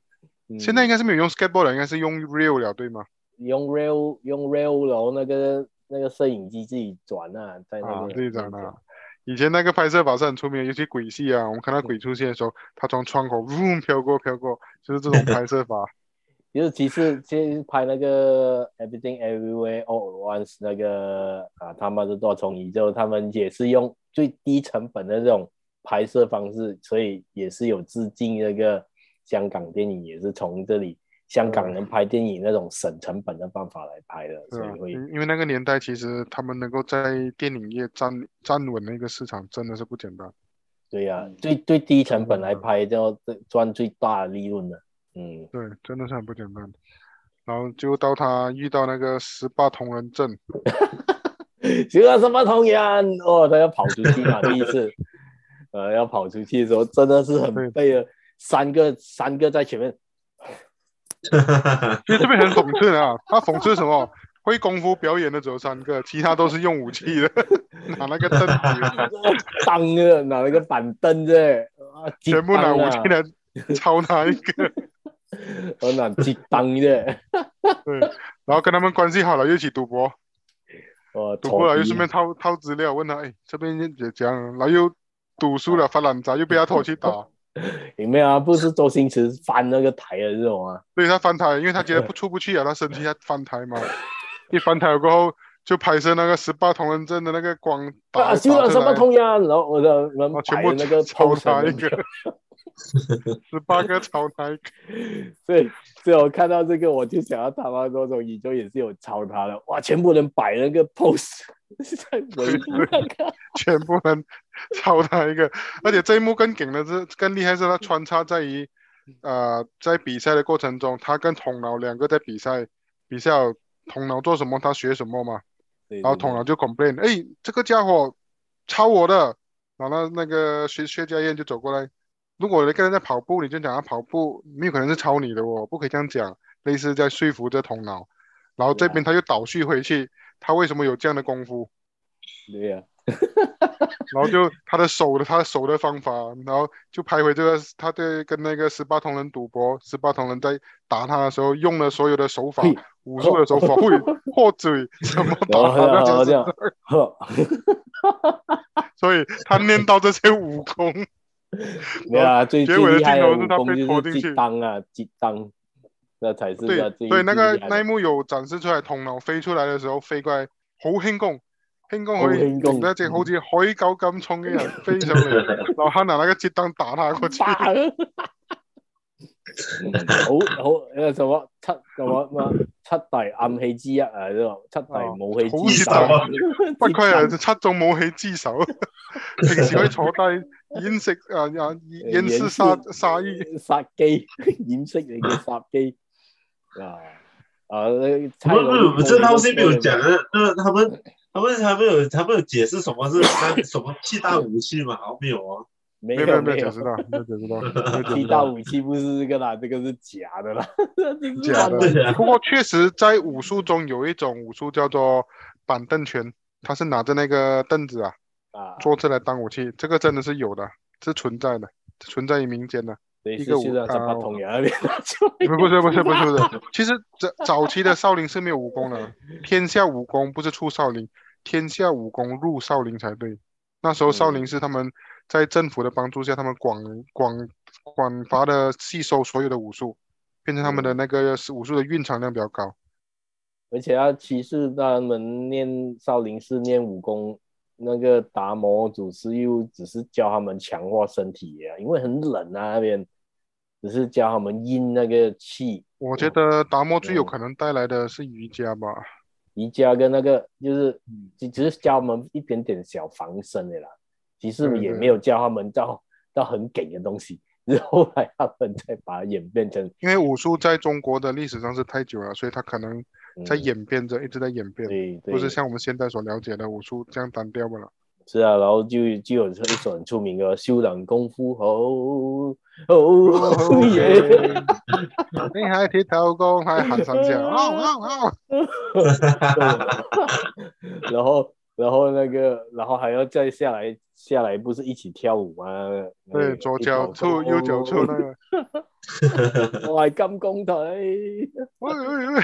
S2: 现在应该是没有用 skateboard 了，应该是用 real 了，对吗？
S1: 用 rail 用 rail 然後那個那個攝影機自己轉啊，在那
S2: 啊
S1: 個，
S2: 自己转啊。以前那个拍摄法是很出名的，尤其鬼戏啊，我们看到鬼出现的时候，他从窗口嗡飘过飘过，就是这种拍摄法。
S1: 就是其实其实拍那个 Everything Everywhere All at Once 那个啊，他妈的多重宇宙，他们也是用最低成本的这种拍摄方式，所以也是有致敬那个香港电影，也是从这里香港人拍电影那种省成本的办法来拍的，
S2: 是
S1: 所
S2: 啊，
S1: 以会
S2: 因因为那个年代，其实他们能够在电影业站站稳那个市场，真的是不简单。
S1: 对呀、
S2: 嗯
S1: 最最低成本来拍，就要赚最大的利润的，嗯，
S2: 对，真的是很不简单。然后就到他遇到那个十八铜人阵，
S1: 喜欢什么童颜哦，他要跑出去嘛，第一次， 呃，要跑出去的时候真的是很背了，三个三个在前面，
S2: 其实这边很讽刺的啊。他讽刺什么？会功夫表演的只有三个，其他都是用武器的，拿那个凳 子，
S1: 哦当个拿了个板凳啫，啊
S2: 全部拿武器，
S1: 接
S2: 来抄他一个。
S1: 裆啊我拿接当 啫，
S2: 对，然后跟他们关系好了，又一起赌博，
S1: 哦，
S2: 赌过了又顺
S1: 面
S2: 便掏掏资料，问他，哎，这边也讲，然后又赌输了发烂渣，又被他拖去打，
S1: 有没有啊？不是周星驰翻那个台的这种啊，
S2: 所以他翻台，因为他觉得不出不去啊，他生气，他翻台嘛，一翻台过后就拍摄那个十八铜人阵的那个 光打，
S1: 啊，
S2: 打
S1: 喜欢什
S2: 出
S1: 么
S2: 来
S1: 童颜，然后我的人
S2: 然后全
S1: 摆
S2: 部
S1: 的那个
S2: 抄
S1: pose
S2: 他一
S1: 很
S2: 个，十八个抄他一个，
S1: 所以，所以我看到这个，我就想要他妈多种宇宙也是有抄他的，哇，全部人摆那个 pose 在围住那个，
S2: 全部人抄他一个，而且这一幕更顶的是更厉害是他穿插在于，呃，在比赛的过程中，他跟童脑两个在比赛，比赛有童脑做什么他学什么嘛，
S1: 对
S2: 然后童，脑就 complain，哎，这个家伙抄我的，然后那个薛薛家燕就走过来，如果有一个人在跑步，你就讲他跑步，没有可能是抄你的哦，不可以这样讲，类似在说服这童脑，然后这边他又倒叙回去，他为什么有这样的功夫？
S1: 对 呀、
S2: 然后就他的手的他的手的方法，然后就拍回这个他对跟那个十八铜人赌博，十八铜人在打他的时候用了所有的手法
S1: 嘿，
S2: 武术的手法，会或嘴 什么
S1: 然
S2: 打
S1: 后
S2: 他
S1: 然后
S2: 的
S1: 这
S2: 就是，
S1: 样， 呵，
S2: 所以他念到这些武 功，
S1: 没有啊，最
S2: 结
S1: 最
S2: 尾的
S1: 厉害的
S2: 镜头
S1: 武
S2: 是他
S1: 功
S2: 被拖
S1: 就是
S2: 进去
S1: 激当啊，激当，那才是
S2: 对
S1: 那最
S2: 对，那个
S1: 最厉害的
S2: 那一幕有展示出来，铜脑飞出来的时候飞过来，好轻功。輕功
S1: 好
S2: 可以
S1: 輕功
S2: 令到一隻好似海狗咁重嘅 人飛上嚟，然後他拿那個折凳打他過去，
S1: 打 啊，嗯好好那什么七什麼乜七大暗器之一啊，呢個七大
S2: 哦
S1: 武器之啊首，
S2: 好 不愧係七種武器之 首，平時可以坐低演食啊 啊演示殺殺意，
S1: 杀机， 掩饰你嘅杀机啊啊！那
S3: 不
S1: 蔡
S3: 是
S1: 龙
S3: 不是，这套戏没有讲啊的，那他们他们他们有他们有解释什么是三什么七大武器吗？好像没有哦。
S1: 没
S2: 没有没
S1: 有
S2: 有没
S1: 没
S2: 有解
S1: 有，
S2: 释到，没有解释到。
S1: 提到武器不是这个啦，这个是假的啦， 这是
S2: 假的
S1: 乱
S3: 对 啊，
S2: 不过确实在武术中有一种武术叫做板凳拳，它是拿着那个凳子啊
S1: 啊！
S2: 坐着来当武器，这个真的是有的，是存在的，存在于民间的。
S1: 所以
S2: 一
S1: 是
S2: 个
S1: 去
S2: 武
S1: 到三八
S2: 啊
S1: 桶呀那边就会
S2: 不是不是不是不
S1: 知道
S2: 是， 其实早早期的少林是没有武功的， 天下武功不是出少林，天下武功入少林才对。那时候少林
S1: 嗯
S2: 是他们在政府的帮助下，他们广广广发的吸收所有的武术，变成他们的
S1: 嗯
S2: 那个是武术的蕴藏量比较高。
S1: 而且要歧视他们念少林寺念武功，那个达摩祖师又只是教他们强化身体啊，因为很冷啊那边，只是教他们阴那个气。
S2: 我觉得达摩最有
S1: 嗯
S2: 可能带来的是瑜伽吧，
S1: 瑜伽跟那个就是
S2: 嗯
S1: 只只是教他们一点点小防身的啦，其实
S2: 对
S1: 也
S2: 对
S1: 没有教他们到到很给的东西。只是后来他们再把它演变成
S2: 因为武术在中国的历史上是太久了，所以它可能在
S1: 嗯
S2: 演变着，一直在演变，
S1: 对对，
S2: 不是像我们现在所了解的武术这样单调不了。
S1: 是啊，然后就就有一首很出名的《修养功夫》哦哦 耶，
S2: 你喺铁头功，喺行山脚，嗷嗷嗷！
S1: 然后然后那个然后还要再下来下来，不是一起跳舞吗？那
S2: 对，
S1: 个
S2: 左
S1: 一
S2: 脚
S1: 头
S2: 出，右脚出那个，
S1: 哦我系金公腿，
S2: 喂喂喂！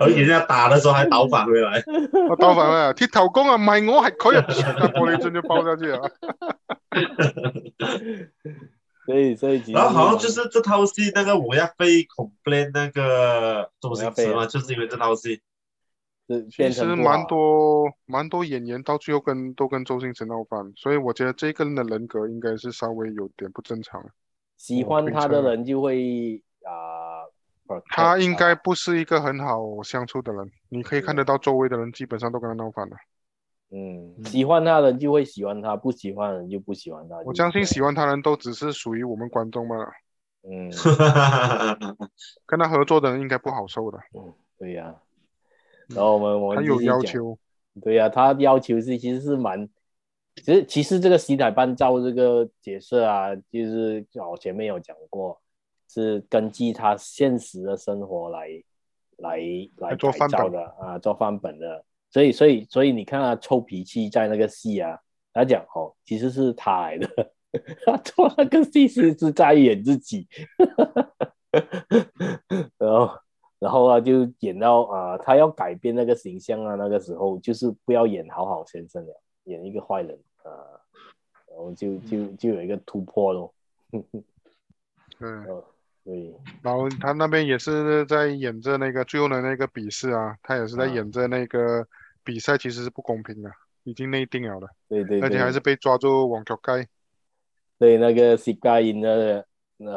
S3: 而且人家打的时候还倒返回来，
S2: 我倒反啦，铁头功啊，唔係我係佢啊，個玻璃樽就爆咗之後，
S1: 所以所以其实
S3: 然后好像就是这套戏那个我要被 complain 那个周星驰
S1: 我
S3: 嘛，
S1: 要
S3: 就是因为这套戏，
S1: 是
S2: 其
S1: 变
S2: 實
S1: 成不
S2: 蠻
S1: 好
S2: 多蠻多演员到最后跟都跟周星驰闹翻，所以我觉得这个人的人格应该是稍微有点不正常。
S1: 喜欢他的人就会啊，protect
S2: 他应该不是一个很好相处的人，你可以看得到周围的人基本上都跟他闹翻了。
S1: 嗯，
S3: 嗯
S1: 喜欢他的人就会喜欢他，不喜欢的人就不喜欢他。
S2: 我相信喜
S1: 欢，
S2: 欢他的人都只是属于我们观众嘛，
S1: 嗯，
S2: 跟他合作的人应该不好受的，
S1: 对呀、然后我们我
S2: 他
S1: 们
S2: 有
S1: 继续
S2: 要
S1: 讲
S2: 求。
S1: 对呀、他要求是其实是蛮，其实其实这个洗奶班照这个解释啊，就是我前面有讲过，是根据他现实的生活来来来
S2: 来做
S1: 改
S2: 范
S1: 造
S2: 本
S1: 的啊，做范本的。所以所以所以你看他臭脾气在那个戏啊，他讲哦，其实是他来的， 他做那个戏其实是在演自己， 然后。然后啊，就演到啊、他要改变那个形象啊，那个时候就是不要演好好先生了，演一个坏人啊、然后
S2: 嗯
S1: 就就就有一个突破咯。
S2: 对，
S1: 对，
S2: 然后他那边也是在演着那个最后的那个比试啊，他也是在
S1: 啊
S2: 演着那个比赛其实是不公平的，已经内定了的，
S1: 对对对，
S2: 而且还是被抓住网球街，
S1: 对那个西嘎音的，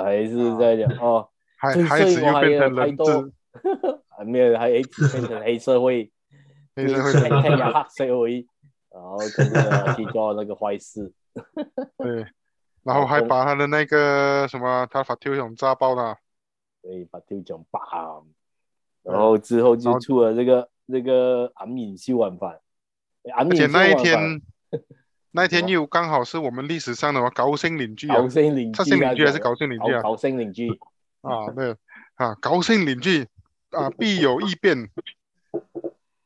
S1: 还是在讲、哦，
S2: 啊还
S1: 最
S2: 还是
S1: 最我
S2: 又
S1: 还
S2: 变
S1: 有
S2: 成
S1: 太
S2: 人
S1: 多
S2: 质，，
S1: 还 没有，还一起变成黑社会，
S2: 黑社会
S1: 就是天天有黑社会，然后跟着去做那个坏事。
S2: 对，然
S1: 哦
S2: 后还把他的那个什么他把tiêu勇炸爆了，
S1: 所以把丢奖拔，然后之后就出了这个这个俺敏秀玩法，俺
S2: 而
S1: 敏
S2: 且
S1: 秀
S2: 那一
S1: 玩
S2: 天
S1: 法，
S2: 那一天
S1: 什么
S2: 又刚好是我们历史上的高姓邻居啊
S1: 搞，声邻居
S2: 他
S1: 啊，
S2: 姓邻居还是
S1: 搞
S2: 高姓邻居啊？
S1: 搞声邻居，
S2: 啊，对啊，高姓邻居啊，必有异变。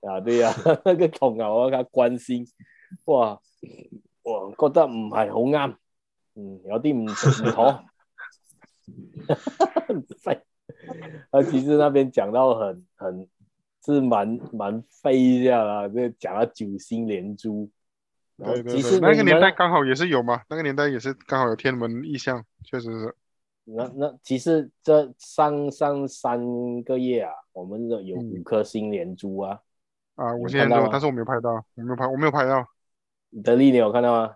S1: 啊，對啊， 那個同牛啊，佢關先，哇，我覺得唔係好啱，嗯，有啲唔唔妥。 廢啊，其實那邊講到很很是蠻蠻飛一下啦，就講到九星連珠。然後
S2: 对对
S1: 其
S2: 对，
S1: 實
S2: 那个
S1: 你
S2: 年
S1: 們
S2: 代刚好也是有嘛，那个年代也是刚好有天文异象，确实是。
S1: 那那其实这上上三个月啊，我们的有
S2: 嗯
S1: 五颗星连珠啊，
S2: 啊，
S1: 有
S2: 五千
S1: 看
S2: 年
S1: 到
S2: 之后
S1: 吗，
S2: 但是我没有拍到，我没有拍，我没有拍到。
S1: 德利你有看到吗？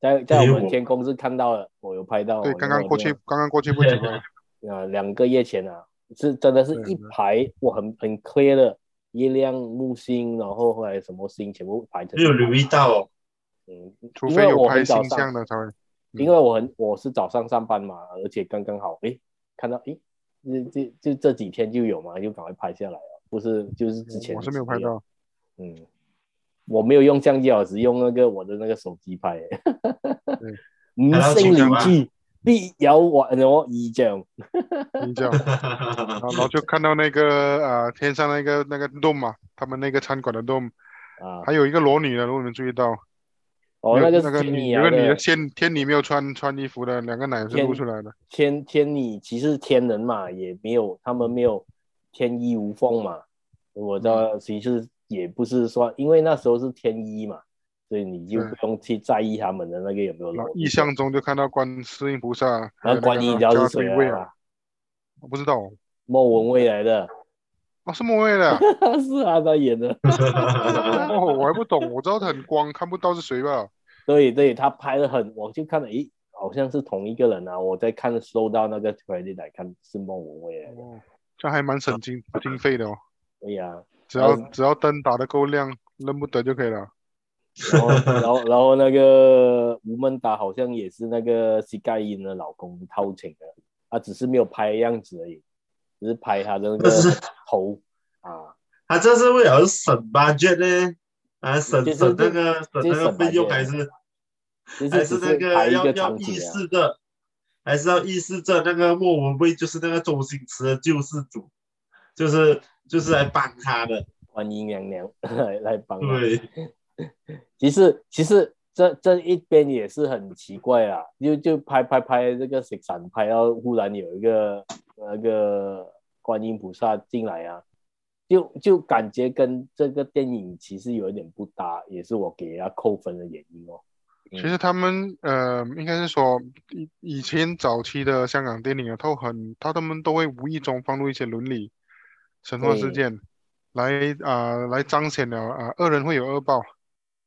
S1: 在在我
S3: 没
S1: 们
S3: 有
S1: 天空是看到了，我有拍到。
S2: 对，
S1: 我
S2: 刚
S1: 有
S2: 刚过
S1: 那个
S2: 去，刚刚过去不久啊。
S1: 啊，两个月前啊，是真的是
S2: 对
S1: 一
S2: 对
S1: 排，哇，很很 clear 的月亮、木星，然后后来什么星全部排成
S3: 又有留意到 哦，
S1: 嗯，
S2: 除
S1: 因
S2: 非
S1: 为
S2: 有
S1: 我
S2: 拍
S1: 很早
S2: 星
S1: 上
S2: 象的才会。
S1: 因为我很我是早上上班嘛，而且刚刚好，诶，看到诶，这这就这几天就有嘛，就赶快拍下来了，不是就是之前
S2: 我是没有
S1: 直接
S2: 拍到，
S1: 嗯，我没有用相机啊，我只用那个我的那个手机拍。
S2: 嗯
S1: 五
S3: 还要
S1: 星
S3: 请
S1: 连
S3: 假吗
S1: 珠必有我我意象，
S2: 你这样，然后然后就看到那个呃天上那个那个 dome 嘛，他们那个餐馆的 dome，
S1: 啊
S2: 还有一个裸女的，如果你们注意到，
S1: 哦，
S2: 没有
S1: 那个
S2: 那个
S1: 是天
S2: 女
S1: 女
S2: 那
S1: 啊
S2: 个女
S1: 对
S2: 的仙天女没有穿穿衣服的，两个奶是
S1: 天
S2: 露出来的。
S1: 天天女其实天人嘛，也没有他们没有天衣无缝嘛。我的其实也不是说，因为那时候是天衣嘛，所以你就
S2: 对
S1: 不用去在意他们的那个有没有
S2: 然
S1: 裸露
S2: 后意，象中就看到观世音菩萨，
S1: 然后
S2: 还有那
S1: 观
S2: 个
S1: 音你知道
S2: 加
S1: 是
S2: 推
S1: 谁
S2: 位
S1: 来
S2: 啊？
S1: 啊？
S2: 我不知道，
S1: 莫文蔚来的，
S2: 哦，是莫蔚的
S1: 是啊，他演的。
S2: 哦，我还不懂，我知道他很光，看不到是谁吧？哦
S1: 对对，他拍的很，我就看了，咦，好像是同一个人啊。我在看收到那个 credit 来看是莫文蔚来的，
S2: 哦，这还蛮省经经费的哦，
S1: 对呀、啊。
S2: 只要
S1: 嗯
S2: 只要灯打得够亮，认不得就可以了。
S1: 然后然后然后那个吴孟达好像也是那个膝盖音的老公掏钱的，他只是没有拍样子而已，只是拍他的那个
S3: 但是
S1: 头啊，
S3: 他这是为了省 budget 呢，啊，省
S1: 就是
S3: 省那个省
S1: 就是
S3: 那个
S1: 省
S3: 费用
S1: budget 啊
S3: 还是
S1: 就是
S3: 还
S1: 只
S3: 是那
S1: 拍
S3: 个
S1: 一
S3: 要
S1: 个
S3: 要
S1: 场
S3: 意
S1: 景啊。
S3: 识着，还是要意识着那个莫文蔚就是那个周星驰的救世主，就是就是来帮他的，
S1: 观音娘娘 来来帮他。
S3: 对，
S1: 其实其实这这一边也是很奇怪啊，就就拍拍拍这个石散拍到忽然有一个那个观音菩萨进来啊，就就感觉跟这个电影其实有一点不搭，也是我给他扣分的原因哦。
S2: 其实他们呃，应该是说以以前早期的香港电影啊，都很，他他们都会无意中放入一些伦理、神话事
S1: 对
S2: 件，来啊、来彰显了啊、恶人会有恶报。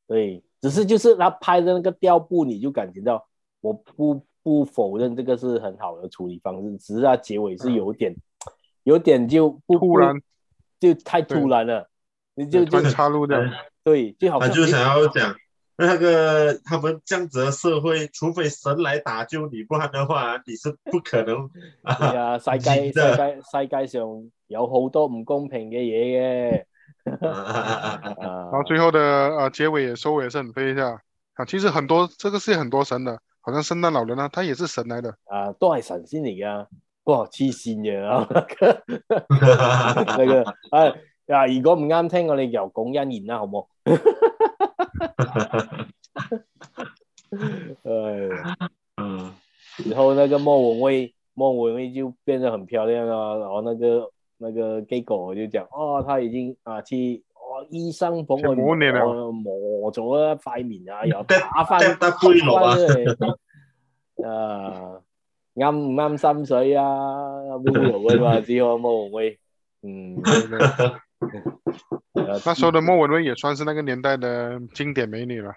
S1: 对，只是就是他拍的那个调布，你就感觉到我不不否认这个是很好的处理方式，只是他结尾是有点、有点就不
S2: 突然
S1: 不就太突
S2: 对
S1: 然了，你就
S2: 突
S1: 就
S2: 然插入的，
S1: 对，就好
S3: 他
S1: 像
S3: 啊就
S1: 诶
S3: 想要讲。那个他们这样子的社会，除非神来搭救你，不然的话你是不 可能
S1: 係
S3: 啊。
S1: 啊，世
S3: 唔
S1: 界
S3: 知得
S1: 世界世界上有好多唔公平嘅 嘢嘅，啊
S2: 然，后最后的呃结尾也收尾也是很飞一下啊。其实很多这个世界很多神的，好像圣诞老人啊，他也是神来的。
S1: 啊都係神仙嚟噶，哇黐線嘅啊， 那個啊啊，如果唔啱聽，我哋又講姻緣啦，好 冇？唉。
S3: 嗯，
S1: 然后那个莫文蔚，莫文蔚就变得很漂亮啊。然后那个那个 gay 狗就讲，哦，他已经啊去哦醫生幫
S2: 去
S1: 佢
S2: 磨練啊
S1: 磨磨咗一塊面 啊，又
S3: 得
S1: 打翻
S3: 得得杯落啊
S1: 翻嚟 啊，啱唔啱心水啊？杯落嘅嘛，只可莫文蔚，嗯，
S2: 对不对
S1: 呃
S2: 那时候的莫文蔚也算是那个年代的经典美女了。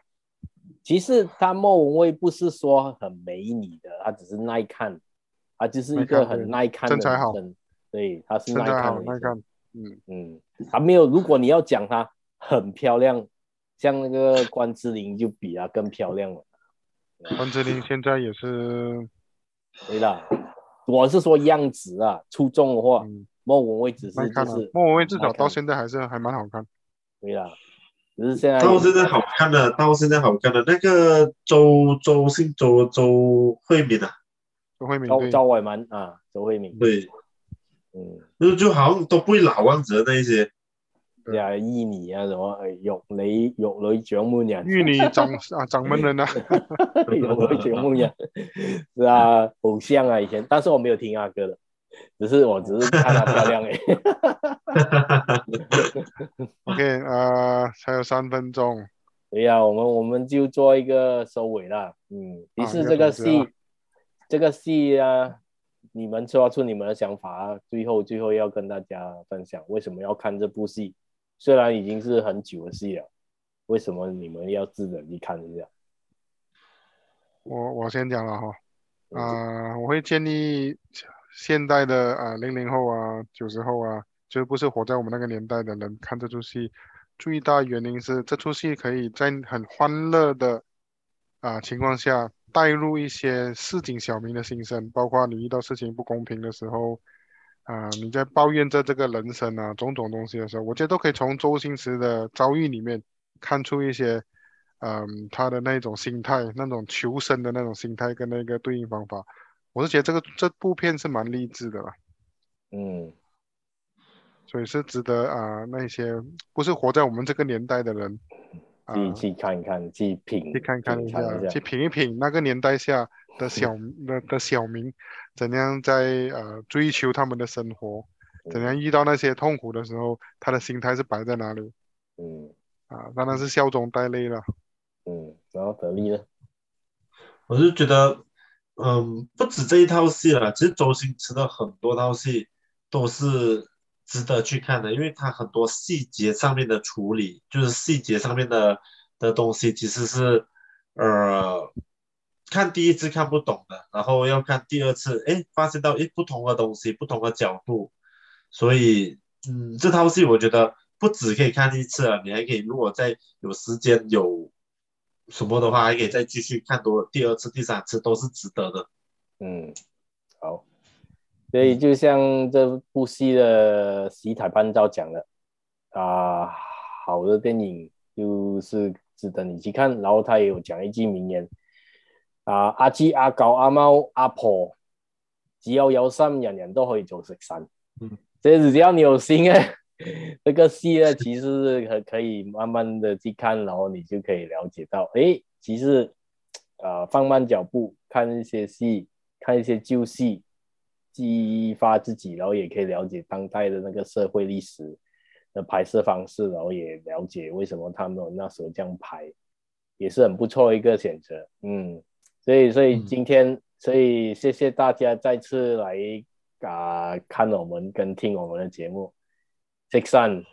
S1: 其实她莫文蔚不是说很美女的，她只是耐看，她就是一个很耐看的
S2: 身材
S1: 女
S2: 好
S1: 生。对，她是
S2: 身
S1: 耐
S2: 材
S1: 看
S2: 好，
S1: 的
S2: 耐
S1: 女
S2: 看
S1: 生。。嗯，她没有。如果你要讲她很漂亮，像那个关之琳就比她更漂亮了。
S2: 关之琳现在也是，
S1: 对啦，我是说样子啊，出众的话，
S2: 嗯，
S1: 莫文蔚只
S2: 耐
S1: 是
S2: 看
S1: 就
S2: 了
S1: 是。
S2: 莫文蔚至少
S1: 耐看
S2: 到现在还是还蛮好看。
S1: 对啦，只是现在
S3: 到现在好看的，到现在好看的那个周周姓周周慧敏啊，
S2: 周慧敏
S1: 赵
S2: 对，
S1: 赵伟蛮啊，周慧敏，
S3: 对，
S1: 嗯，
S3: 就就好像都不会老样子的那一些，
S1: 对啊，伊妮啊，什么誒玉女玉女掌門人。
S2: 玉女掌 啊掌门 人啊，
S1: 有回节目呀，是啊，偶像啊，以前，但是我没有听阿哥的，只是我只是看他漂亮哎、欸，
S2: OK，呃，还有三分钟，
S1: 对呀、我们我们就做一个收尾啦，嗯，于是这个戏，
S2: 啊
S1: 这个戏啊，你们说出你们的想法啊，最后最后要跟大家分享为什么要看这部戏，虽然已经是很久的戏了，为什么你们要自己去看一下？
S2: 我我先讲了哈，
S1: 嗯
S2: 啊、我会建议现代的啊零零后啊九十后啊，就不是活在我们那个年代的人看这出戏，最大原因是这出戏可以在很欢乐的啊、情况下，带入一些市井小民的心声，包括你遇到事情不公平的时候，啊、你在抱怨着这个人生啊种种东西的时候，我觉得都可以从周星驰的遭遇里面看出一些。嗯，他的那种心态，那种求生的那种心态跟那个对应方法，我是觉得这个这部片是蛮励志的啦，
S1: 嗯，
S2: 所以是值得啊、那些不是活在我们这个年代的人
S1: 自己去看一看，嗯去品，
S2: 去看看
S1: 品
S2: 一
S1: 尝
S2: 下，
S1: 一嗯
S2: 去品一品那个年代下的小的的小民怎样在呃追求他们的生活，
S1: 嗯
S2: 怎样遇到那些痛苦的时候，他的心态是摆在哪里
S1: 嗯
S2: 啊？当然是笑中带泪 了。
S1: 嗯，然后得力呢？
S3: 我是觉得，嗯，不止这一套戏了，其实周星驰的很多套戏都是值得去看的，因为他很多细节上面的处理，就是细节上面的的东西，其实是呃，看第一次看不懂的，然后要看第二次，哎，发现到哎不同的东西，不同的角度，所以嗯，这套戏我觉得不止可以看一次啊，你还可以如果再有时间有。什么的话，还可以再继续看多第二次、第三次都是值得的。
S1: 嗯，好。所以就像这部戏的洗彩班照讲的，啊、好的电影就是值得你去看。然后他也有讲一句名言，啊、阿鸡、阿狗、阿猫、阿婆，只要有心，人人都可以做食神。
S3: 嗯，
S1: 所以只要你有心呢， 这个戏呢，其实是可可以慢慢的去看，然后你就可以了解到，诶，其实啊、呃放慢脚步看一些戏，看一些旧戏，激发自己，然后也可以了解当代的那个社会历史的拍摄方式，然后也了解为什么他们那时候这样拍，也是很不错一个选择。嗯，所以所以
S3: 嗯
S1: 今天，所以谢谢大家再次来啊、看我们跟听我们的节目。Six Sun，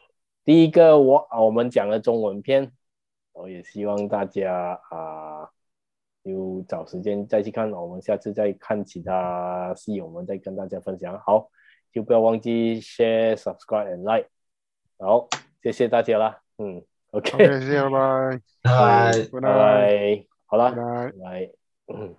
S1: 第一个我啊我们讲的中文片，我也希望大家啊，有找时间再去看，我们下次再看其他戏，我们再跟大家分享。好，就不要忘记 share、subscribe and like。好，谢谢大家啦，嗯
S2: OK，谢谢，拜拜，
S3: 拜。
S2: 拜
S1: 拜拜，好啦
S2: 拜，拜。
S1: 拜，嗯。